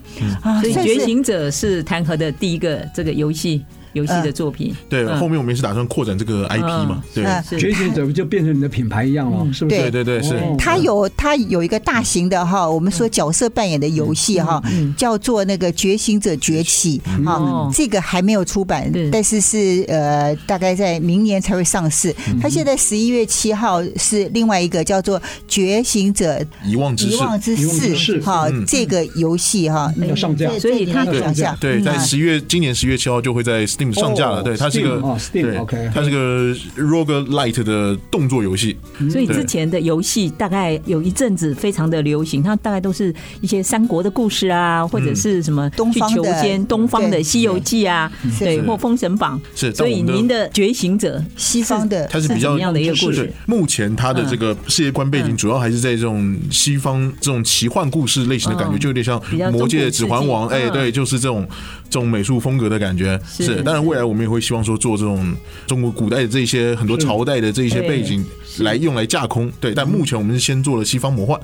[SPEAKER 1] 嗯
[SPEAKER 4] 啊，
[SPEAKER 1] 所以《
[SPEAKER 4] 算
[SPEAKER 1] 觉
[SPEAKER 4] 是
[SPEAKER 1] 醒者》是弹劾的第一个这个游戏游戏的作品，
[SPEAKER 5] 呃对，
[SPEAKER 1] 嗯
[SPEAKER 5] 后面我们也是打算扩展这个 IP 嘛，对，
[SPEAKER 4] 嗯
[SPEAKER 1] 是
[SPEAKER 2] 觉醒者不就变成你的品牌一样了，是不是？
[SPEAKER 5] 对对对是。
[SPEAKER 2] 哦
[SPEAKER 4] 他有他有一个大型的哈，我们说角色扮演的游戏哈，
[SPEAKER 1] 嗯
[SPEAKER 4] 叫做那个《觉醒者崛起》
[SPEAKER 1] 哦
[SPEAKER 4] 哈，这个还没有出版
[SPEAKER 1] 对，
[SPEAKER 4] 但是是呃，大概在明年才会上市。
[SPEAKER 1] 嗯
[SPEAKER 4] 他现在十一月七号是另外一个叫做《觉醒者
[SPEAKER 5] 遗忘之
[SPEAKER 4] 遗
[SPEAKER 5] 事，
[SPEAKER 4] 忘之
[SPEAKER 2] 遗忘之嗯
[SPEAKER 4] 四
[SPEAKER 2] 事》
[SPEAKER 4] 哈
[SPEAKER 5] 嗯，
[SPEAKER 4] 这个游戏哈，
[SPEAKER 2] 要上架
[SPEAKER 4] 这
[SPEAKER 1] 所以
[SPEAKER 4] 这
[SPEAKER 1] 它
[SPEAKER 4] 个要上架
[SPEAKER 5] 对，
[SPEAKER 4] 嗯
[SPEAKER 5] 在
[SPEAKER 4] 啊
[SPEAKER 5] 十月今年十月七号就会在 Steam 上架了。对，它是一个
[SPEAKER 2] Steam，哦，Steam，
[SPEAKER 5] 对
[SPEAKER 2] OK
[SPEAKER 5] 它是个 Rogue Light 的动作游戏。
[SPEAKER 1] 所以之前的游戏大概有一阵子非常的流行，它大概都是一些三国的故事啊，或者
[SPEAKER 5] 嗯
[SPEAKER 1] 是什么
[SPEAKER 4] 东
[SPEAKER 1] 去
[SPEAKER 4] 方
[SPEAKER 1] 求
[SPEAKER 4] 的
[SPEAKER 1] 奸、东方的
[SPEAKER 4] 对
[SPEAKER 1] 《西游记》啊，对，
[SPEAKER 5] 是
[SPEAKER 1] 或《封神榜》。
[SPEAKER 5] 是
[SPEAKER 1] 所以
[SPEAKER 5] 但我们的
[SPEAKER 1] 您的《觉醒者》
[SPEAKER 4] 西方的
[SPEAKER 5] 它是比
[SPEAKER 1] 是怎
[SPEAKER 5] 较
[SPEAKER 1] 么样的一个故事嗯
[SPEAKER 5] 对目前它的这个世界观背景主要还是在这种西方这种奇幻故事类型的感觉，
[SPEAKER 1] 嗯
[SPEAKER 5] 就有点像
[SPEAKER 1] 比较
[SPEAKER 5] 《魔
[SPEAKER 1] 中
[SPEAKER 5] 界
[SPEAKER 1] 古》
[SPEAKER 5] 《指环王》。
[SPEAKER 1] 世纪
[SPEAKER 5] 哎，
[SPEAKER 1] 嗯
[SPEAKER 5] 对，就是这种这种美术风格的感觉。
[SPEAKER 1] 是
[SPEAKER 5] 是，当然未来我们也会希望说做这种中国古代的这些很多朝代的这些
[SPEAKER 1] 对
[SPEAKER 5] 背景来用来架空。对，但目前我们是先做了西方魔幻，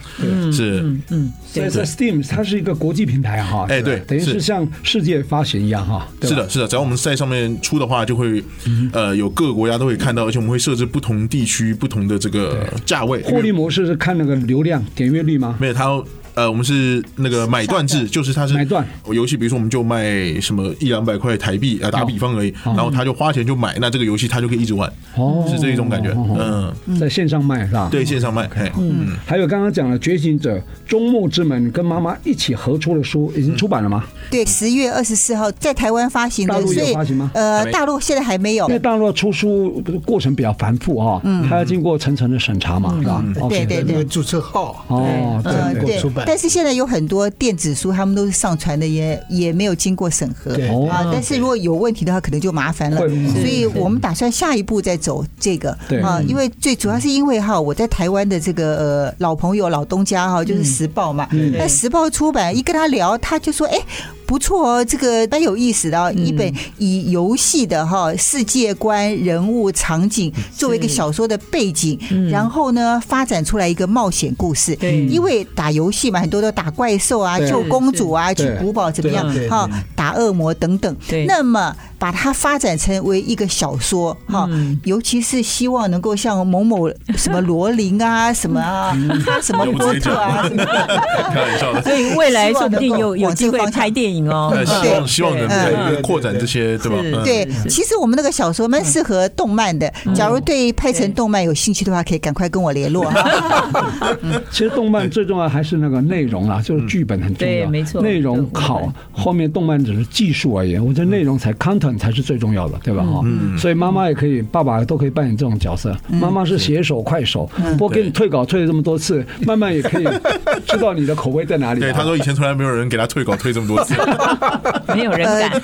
[SPEAKER 5] 是
[SPEAKER 1] 嗯嗯，
[SPEAKER 2] 在在 Steam，它是一个国际平台哈，
[SPEAKER 5] 哎
[SPEAKER 2] 是吧
[SPEAKER 5] 对
[SPEAKER 2] 等于
[SPEAKER 5] 是
[SPEAKER 2] 是像世界发行一样哈，对
[SPEAKER 5] 是
[SPEAKER 2] 吧
[SPEAKER 5] 的，，是的，只要我们在上面出的话，就会
[SPEAKER 1] 嗯
[SPEAKER 5] 呃有各个国家都会看到，而且我们会设置不同地区不同的这个价位。
[SPEAKER 2] 获利模式是看那个流量点阅率吗？
[SPEAKER 5] 没有，它要呃，我们是那个买断制，就是它是
[SPEAKER 2] 买断
[SPEAKER 5] 游戏，比如说我们就卖什么一两百块台币，呃，打比方而已，然后他就花钱就买，那这个游戏他就可以一直玩，
[SPEAKER 2] 哦
[SPEAKER 5] 是这一种感觉，嗯，
[SPEAKER 2] 在线上卖是吧？
[SPEAKER 5] 对，线上卖，嘿，嗯，
[SPEAKER 2] 还有刚刚讲的《觉醒者》《终末之门》跟妈妈一起合出的书，已经出版了吗？
[SPEAKER 4] 对，十月二十四号在台湾发行
[SPEAKER 2] 大
[SPEAKER 4] 的，
[SPEAKER 2] 陆有
[SPEAKER 4] 所以
[SPEAKER 2] 发行吗
[SPEAKER 4] 呃
[SPEAKER 5] 还，没
[SPEAKER 4] 大陆现在还没有
[SPEAKER 2] 因。为大陆出书过程比较繁复啊，它要经过层层的审查嘛，是吧？OK，
[SPEAKER 4] 嗯对对
[SPEAKER 3] 那
[SPEAKER 4] 对
[SPEAKER 3] 个注册号，啊
[SPEAKER 2] 哦，
[SPEAKER 4] 呃，
[SPEAKER 2] 对
[SPEAKER 4] 对
[SPEAKER 3] 出版，
[SPEAKER 4] 但是现在有很多电子书，他们都是上传的，也也没有经过审核
[SPEAKER 3] 对
[SPEAKER 4] 啊
[SPEAKER 2] 哦。
[SPEAKER 4] 但是如果有问题的话，可能就麻烦了。
[SPEAKER 2] 会吗
[SPEAKER 4] 所以我们打算下一步再走这个
[SPEAKER 2] 对
[SPEAKER 4] 啊，因为最主要是因为哈，我在台湾的这个呃
[SPEAKER 2] 嗯
[SPEAKER 4] 老朋友老东家哈，就是时报嘛，那时报出版一跟他聊，他就说，哎，不错哦，这个蛮有意思的哦，一本以游戏的哈、世界观、人物、场景作为一个小说的背景，然后呢发展出来一个冒险故事。
[SPEAKER 1] 对
[SPEAKER 4] 因为打游戏嘛，很多都打怪兽啊、
[SPEAKER 2] 对
[SPEAKER 4] 救公主啊、
[SPEAKER 2] 对
[SPEAKER 4] 去古堡怎么样
[SPEAKER 3] 对对
[SPEAKER 4] 哈、打恶魔等等
[SPEAKER 1] 对。
[SPEAKER 4] 那么把它发展成为一个小说哈、
[SPEAKER 1] 嗯
[SPEAKER 4] 尤其是希望能够像某某什么罗琳啊、什么啊、哈什么波特啊什么的。
[SPEAKER 5] 嗯开玩笑的。
[SPEAKER 1] 所以未来说不定有
[SPEAKER 4] 希
[SPEAKER 1] 有
[SPEAKER 4] 望能够往这
[SPEAKER 1] 机
[SPEAKER 4] 个
[SPEAKER 1] 会
[SPEAKER 4] 方向
[SPEAKER 1] 拍电影哦
[SPEAKER 5] 呃，。希望希望能
[SPEAKER 3] 对对
[SPEAKER 5] 再
[SPEAKER 3] 对
[SPEAKER 5] 扩展这些，对吧？
[SPEAKER 1] 是
[SPEAKER 5] 嗯
[SPEAKER 4] 对，其实我们那个小说蛮适合动漫的。
[SPEAKER 2] 嗯
[SPEAKER 4] 假如对拍成动漫有兴趣的话，可以赶快跟我联络
[SPEAKER 2] 嗯
[SPEAKER 4] 哈。
[SPEAKER 2] 其实动漫最重要还是那个内容啦，
[SPEAKER 5] 嗯
[SPEAKER 2] 就是剧本很重要。
[SPEAKER 1] 对没错
[SPEAKER 2] 内容
[SPEAKER 1] 对
[SPEAKER 2] 好，后面动漫只是技术而言，我
[SPEAKER 5] 嗯
[SPEAKER 2] 觉得内容才 content 才是最重要的，对吧？哈、所以妈妈也可以，爸爸都可以扮演这种角色。
[SPEAKER 1] 嗯
[SPEAKER 2] 妈妈是写手、快手，
[SPEAKER 5] 嗯
[SPEAKER 2] 我给你退稿退了这么多 次，慢慢也可以 知道你的口味在哪里、啊
[SPEAKER 5] 对，他说以前从来没有人给他退稿退这么多次，
[SPEAKER 1] 嗯没有人
[SPEAKER 4] 呃
[SPEAKER 1] 敢。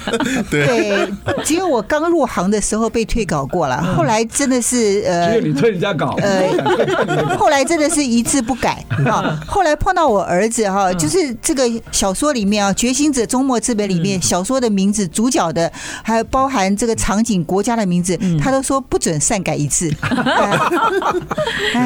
[SPEAKER 4] 对，只有我刚入行的时候被退稿过了，后来真的
[SPEAKER 2] 嗯
[SPEAKER 4] 是
[SPEAKER 2] 只
[SPEAKER 4] 呃
[SPEAKER 2] 有。
[SPEAKER 1] 哎
[SPEAKER 2] 你退人家稿，
[SPEAKER 4] 呃，后来真的是一字不 改啊！后来碰到我儿子哈、
[SPEAKER 2] 嗯
[SPEAKER 4] 就是这个小说里面啊，《觉醒者终末之门》里
[SPEAKER 2] 嗯
[SPEAKER 4] 面小说的名字、主角的，还有包含这个场景、国家的名字，
[SPEAKER 2] 嗯
[SPEAKER 4] 他都说不准擅改一字。 哎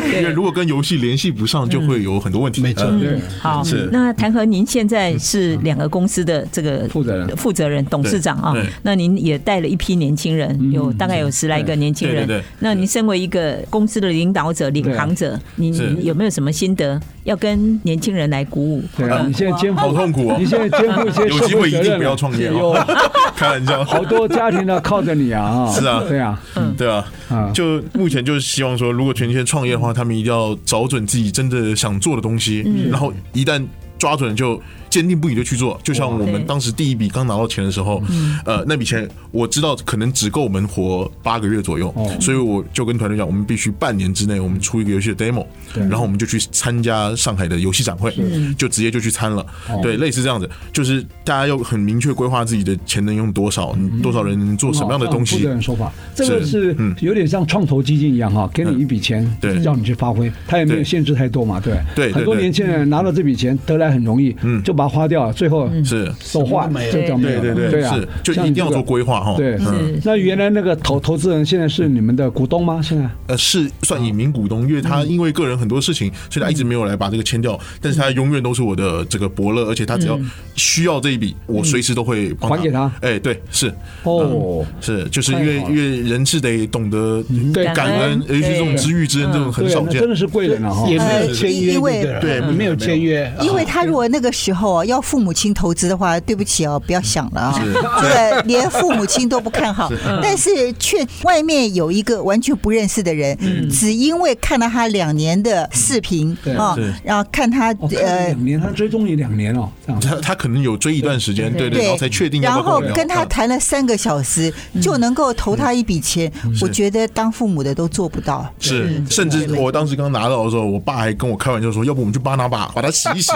[SPEAKER 5] 因为如果跟游戏联系不上，就会有很多问题。
[SPEAKER 3] 没错
[SPEAKER 5] 嗯
[SPEAKER 2] 对，
[SPEAKER 1] 好
[SPEAKER 5] 是，
[SPEAKER 1] 那谭和您现在是两个公司的这个
[SPEAKER 2] 负责人
[SPEAKER 1] 负责人、董事长啊
[SPEAKER 5] 对对。
[SPEAKER 1] 那您也带了一批年轻人，有
[SPEAKER 2] 嗯
[SPEAKER 1] 大概有十来个年轻人
[SPEAKER 5] 对对对。
[SPEAKER 1] 那您身为一个公司的领导者、领航者，您
[SPEAKER 5] 是
[SPEAKER 1] 有没有什么心得要跟年轻人来鼓舞？
[SPEAKER 2] 对啊，你现在肩负
[SPEAKER 5] 好痛苦哦
[SPEAKER 2] 你！现在肩负一些
[SPEAKER 5] 有
[SPEAKER 2] 社
[SPEAKER 5] 机会
[SPEAKER 2] 会
[SPEAKER 5] 一
[SPEAKER 2] 责任
[SPEAKER 5] 定
[SPEAKER 2] 了
[SPEAKER 5] 不要创业
[SPEAKER 2] 有
[SPEAKER 5] 哦， 开玩笑。
[SPEAKER 2] 好多家庭呢靠着你啊，
[SPEAKER 5] 是啊
[SPEAKER 2] 对啊，
[SPEAKER 5] 对啊
[SPEAKER 2] 啊，
[SPEAKER 5] 就目前就是希望说，如果全线创业的话，他们一定要找准自己真的想做的东西，然后一旦抓准就坚定不移的去做。就像我
[SPEAKER 1] 对
[SPEAKER 5] 们当时第一笔刚拿到钱的时候，呃，那笔钱我知道可能只够我们活八个月左右，所以我就跟团队讲，我们必须半年之内我们出一个游戏的 demo，然后我们就去参加上海的游戏展会，就直接就去参了。对，类似这样子，就是大家要很明确规划自己的钱能用多少，多少人能做什么样的东
[SPEAKER 2] 负
[SPEAKER 5] 西
[SPEAKER 2] 责。哦人说法，这个是
[SPEAKER 5] 嗯
[SPEAKER 2] 有点像创投基金一样哈，给你一笔钱，
[SPEAKER 5] 对
[SPEAKER 2] 让你去发挥，他也没有
[SPEAKER 5] 对
[SPEAKER 2] 限制太多嘛，对。
[SPEAKER 5] 对对
[SPEAKER 2] 很多
[SPEAKER 5] 对
[SPEAKER 2] 年轻人拿到这笔钱得来很容易，
[SPEAKER 5] 嗯
[SPEAKER 2] 就把它花掉了，最后
[SPEAKER 5] 是，
[SPEAKER 2] 手画
[SPEAKER 3] 什么都没有
[SPEAKER 2] 就这样没
[SPEAKER 5] 对
[SPEAKER 2] 有
[SPEAKER 5] 对
[SPEAKER 2] 了，
[SPEAKER 5] 对，
[SPEAKER 2] 啊
[SPEAKER 5] 是，就
[SPEAKER 2] 像
[SPEAKER 5] 一
[SPEAKER 2] 你
[SPEAKER 5] 定要
[SPEAKER 2] 这
[SPEAKER 5] 做
[SPEAKER 2] 个
[SPEAKER 5] 规划哈。
[SPEAKER 2] 对
[SPEAKER 5] 嗯，
[SPEAKER 2] 那原来那个投投资人现在是你们的股东吗？现在
[SPEAKER 5] 呃，是算以名股东，因为他因为个人很多事情，所以他一直没有来把这个签掉，但是他永远都是我的这个伯乐，而且他只要需要这一笔，我随时都会帮
[SPEAKER 2] 还给他
[SPEAKER 5] 哎，对，是
[SPEAKER 2] 哦，
[SPEAKER 5] 是，就是因为
[SPEAKER 2] 太好了
[SPEAKER 5] 因为人是得懂得
[SPEAKER 2] 对
[SPEAKER 5] 感恩，尤其是这种知遇之恩，这种很
[SPEAKER 2] 对
[SPEAKER 5] 少
[SPEAKER 2] 那
[SPEAKER 5] 见
[SPEAKER 2] 真。的是贵人了啊哈。
[SPEAKER 3] 也没
[SPEAKER 4] 呃
[SPEAKER 3] 有签
[SPEAKER 4] 因
[SPEAKER 3] 约
[SPEAKER 4] 因为嗯
[SPEAKER 3] 的，
[SPEAKER 5] 对
[SPEAKER 3] 没有签约，
[SPEAKER 4] 因
[SPEAKER 5] 啊
[SPEAKER 4] 为他如果那个时候啊要父母亲投资的话，对不起哦，不要想了啊、
[SPEAKER 5] 是
[SPEAKER 4] 这个连父母亲都不看好，
[SPEAKER 2] 嗯
[SPEAKER 4] 但是却外面有一个完全不认识的人，只因为看了他两年的视频
[SPEAKER 2] 嗯对
[SPEAKER 4] 啊
[SPEAKER 5] 是，
[SPEAKER 4] 然后看他
[SPEAKER 2] 哦，看了
[SPEAKER 4] 呃
[SPEAKER 2] 两年，他追踪你两年哦，这样。
[SPEAKER 5] 他他可能有追一段时间，对对，然后才确定要不
[SPEAKER 4] 然
[SPEAKER 5] 要
[SPEAKER 4] 后
[SPEAKER 5] 我聊嗯
[SPEAKER 4] 跟
[SPEAKER 2] 嗯
[SPEAKER 4] 他谈了三个小时，就能够投他一笔钱，
[SPEAKER 2] 嗯
[SPEAKER 4] 我觉得当父母的都做不到。
[SPEAKER 5] 是，甚至我当时刚拿到的时候，我爸还跟我开玩笑说，要不我们去巴拿马把它洗一洗。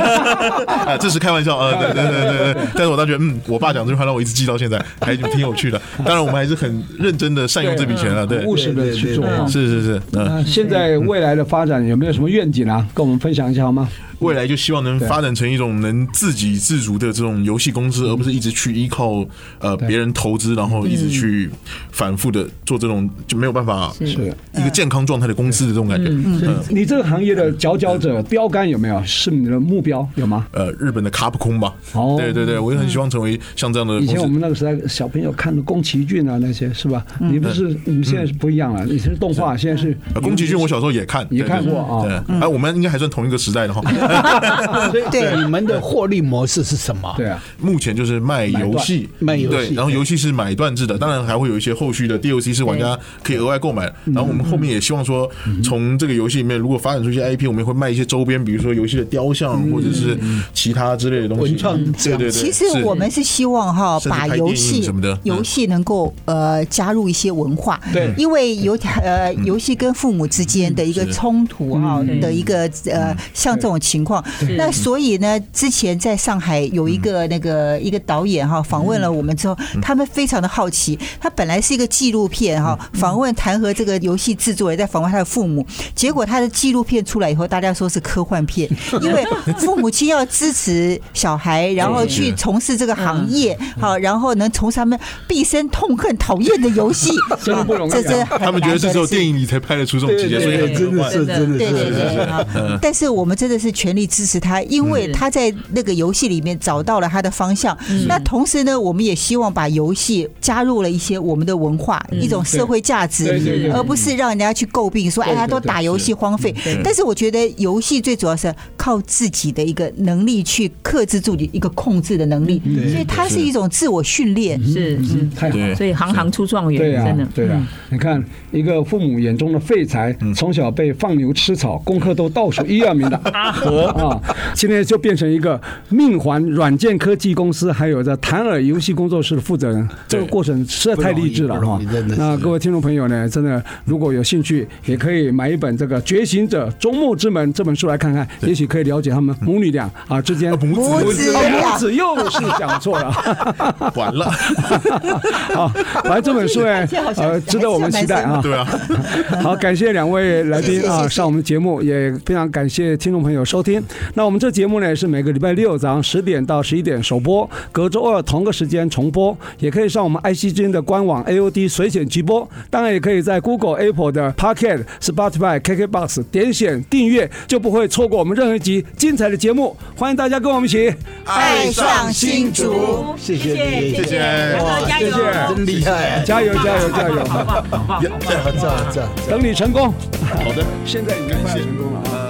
[SPEAKER 5] 啊，这是开玩笑啊，对对对对对。但是我当时觉得，嗯，我爸讲这句话让我一直记到现在，还挺有趣的。当然，我们还是很认真的善用这笔钱了，对，
[SPEAKER 2] 务实啊的去做。
[SPEAKER 3] 对
[SPEAKER 5] 是是是，嗯，
[SPEAKER 2] 那现在未来的发展有没有什么愿景啊？跟我们分享一下好吗？
[SPEAKER 5] 未来就希望能发展成一种能自给自足的这种游戏公司，而不是一直去依靠呃别人投资，然后一直去反复的做这种就没有办法
[SPEAKER 2] 是
[SPEAKER 5] 一个健康状态的公司的这种感觉。嗯，
[SPEAKER 2] 你这个行业的佼佼者标杆有没有？是你的目标有吗？
[SPEAKER 5] 呃，日本的卡普空吧，
[SPEAKER 2] 哦
[SPEAKER 5] 对对对，我也很希望成为像这样的
[SPEAKER 2] 以
[SPEAKER 5] 呃公
[SPEAKER 2] 前我
[SPEAKER 5] 司。
[SPEAKER 2] 们那个时代，小朋友看的宫崎骏啊那些是吧？
[SPEAKER 5] 嗯
[SPEAKER 2] 你不是你们现在是不一样了，以前是动画，现在是
[SPEAKER 5] 呃宫崎骏，我小时候也看，
[SPEAKER 2] 也
[SPEAKER 5] 对
[SPEAKER 2] 看过啊
[SPEAKER 5] 对，
[SPEAKER 3] 嗯
[SPEAKER 5] 对哎，我们应该还算同一个时代的哈。
[SPEAKER 4] 对
[SPEAKER 3] 啊你们的获利模式是什么？
[SPEAKER 2] 对啊，
[SPEAKER 5] 目前就是卖游戏，
[SPEAKER 3] 卖断卖游戏
[SPEAKER 5] 对，然后游戏是买断制的，当然还会有一些后续的 DLC 是玩家可以额外购买的。
[SPEAKER 3] 嗯
[SPEAKER 5] 然后我们后面也希望说，从这个游戏里面如果发展出一些 IP，我们也会卖一些周边，比如说游戏的雕像或者是其他之类的东西。
[SPEAKER 3] 文创
[SPEAKER 5] 对对对，
[SPEAKER 4] 其实
[SPEAKER 5] 是
[SPEAKER 4] 我们是希望哈，
[SPEAKER 5] 甚至
[SPEAKER 4] 把
[SPEAKER 5] 拍
[SPEAKER 4] 游
[SPEAKER 5] 电
[SPEAKER 4] 戏
[SPEAKER 5] 影什么的嗯
[SPEAKER 4] 游戏能够呃加入一些文化，
[SPEAKER 2] 对
[SPEAKER 4] 因为游呃游戏跟父母之间的一个冲突哈
[SPEAKER 2] 嗯
[SPEAKER 4] 的一个呃像这种情况。那所以呢，之前在上海有一个那个
[SPEAKER 2] 嗯
[SPEAKER 4] 一个导演哈访问了我们之后，他们非常的好奇。他本来是一个纪录片哈，
[SPEAKER 2] 嗯
[SPEAKER 4] 访问弹劾这个游戏制作人，在访问他的父母。结果他的纪录片出来以后，大家说是科幻 片，因为父母亲要支持小孩，然后去从事这个行业，
[SPEAKER 2] 嗯
[SPEAKER 4] 好，然后能从事他们毕生痛恨、讨厌的 游戏，
[SPEAKER 2] 真的不容易啊
[SPEAKER 4] 这真
[SPEAKER 5] 他们觉得这只有电
[SPEAKER 4] 影。
[SPEAKER 5] 影里才拍得出这种情节，所以
[SPEAKER 3] 对，
[SPEAKER 5] 很
[SPEAKER 3] 真的是，
[SPEAKER 1] 对
[SPEAKER 3] 真的
[SPEAKER 4] 对对
[SPEAKER 3] 是。
[SPEAKER 4] 对啊！但是我们真的是全力支持他，因为他在那个游戏里面找到了他的方向。那同时呢，我们也希望把游戏加入了一些我们的文化，一种社会价
[SPEAKER 2] 对对对
[SPEAKER 4] 值，而不是让人家去诟病说，哎呀，都打游戏荒废。但是我觉得游戏最主要是靠自己的一个能力去克制住你一个控制的能力，
[SPEAKER 2] 嗯
[SPEAKER 4] 所以它是一种自我训练。
[SPEAKER 1] 是是，
[SPEAKER 2] 太好了。
[SPEAKER 5] 对
[SPEAKER 1] 所以行行出状元
[SPEAKER 2] 对，
[SPEAKER 1] 真的嗯
[SPEAKER 2] 呀，对啊呀，你看一个父母眼中的废材，
[SPEAKER 3] 嗯
[SPEAKER 2] 从小被放牛吃草，功课都倒数一二名的阿和啊，今天就变成一个命环软件科技公司，还有这弹尔游戏工作室的负责人，这个过程实在太励志了
[SPEAKER 3] 不
[SPEAKER 2] 哈
[SPEAKER 3] 容易不容易真的。是
[SPEAKER 2] 那各位听众朋友呢，真的如果有兴趣，也可以买一本这个《觉醒者终末之门》这本书来看看，也许可以了解他们母女俩啊之间母
[SPEAKER 4] 子母子
[SPEAKER 2] 母子又是讲错了。
[SPEAKER 5] 完了，
[SPEAKER 2] 好，反正这本书呢，呃，值得我们期待啊。
[SPEAKER 5] 对啊，
[SPEAKER 2] 好，感谢两位来宾啊，上我们节目，也非常感谢听众朋友收听。那我们这节目呢是每个礼拜六早上十点到十一点首播，隔周二同个时间重播，也可以上我们爱惜之音的官网 AOD 随选直播，当然也可以在 Google、Apple 的 Pocket、Spotify、KKBox 点选订阅，就不会错过我们任何一集精彩的节目。欢迎大家跟我们一起。
[SPEAKER 4] 爱上新竹。
[SPEAKER 3] 谢谢你，
[SPEAKER 5] 谢谢
[SPEAKER 1] 哇
[SPEAKER 3] 谢谢，真厉害，啊
[SPEAKER 2] 加油加油加 油
[SPEAKER 1] 好棒好棒好棒！
[SPEAKER 3] 这样这样这样。
[SPEAKER 2] 等你成功，
[SPEAKER 5] 好的，
[SPEAKER 2] 现在已经快要成功了啊。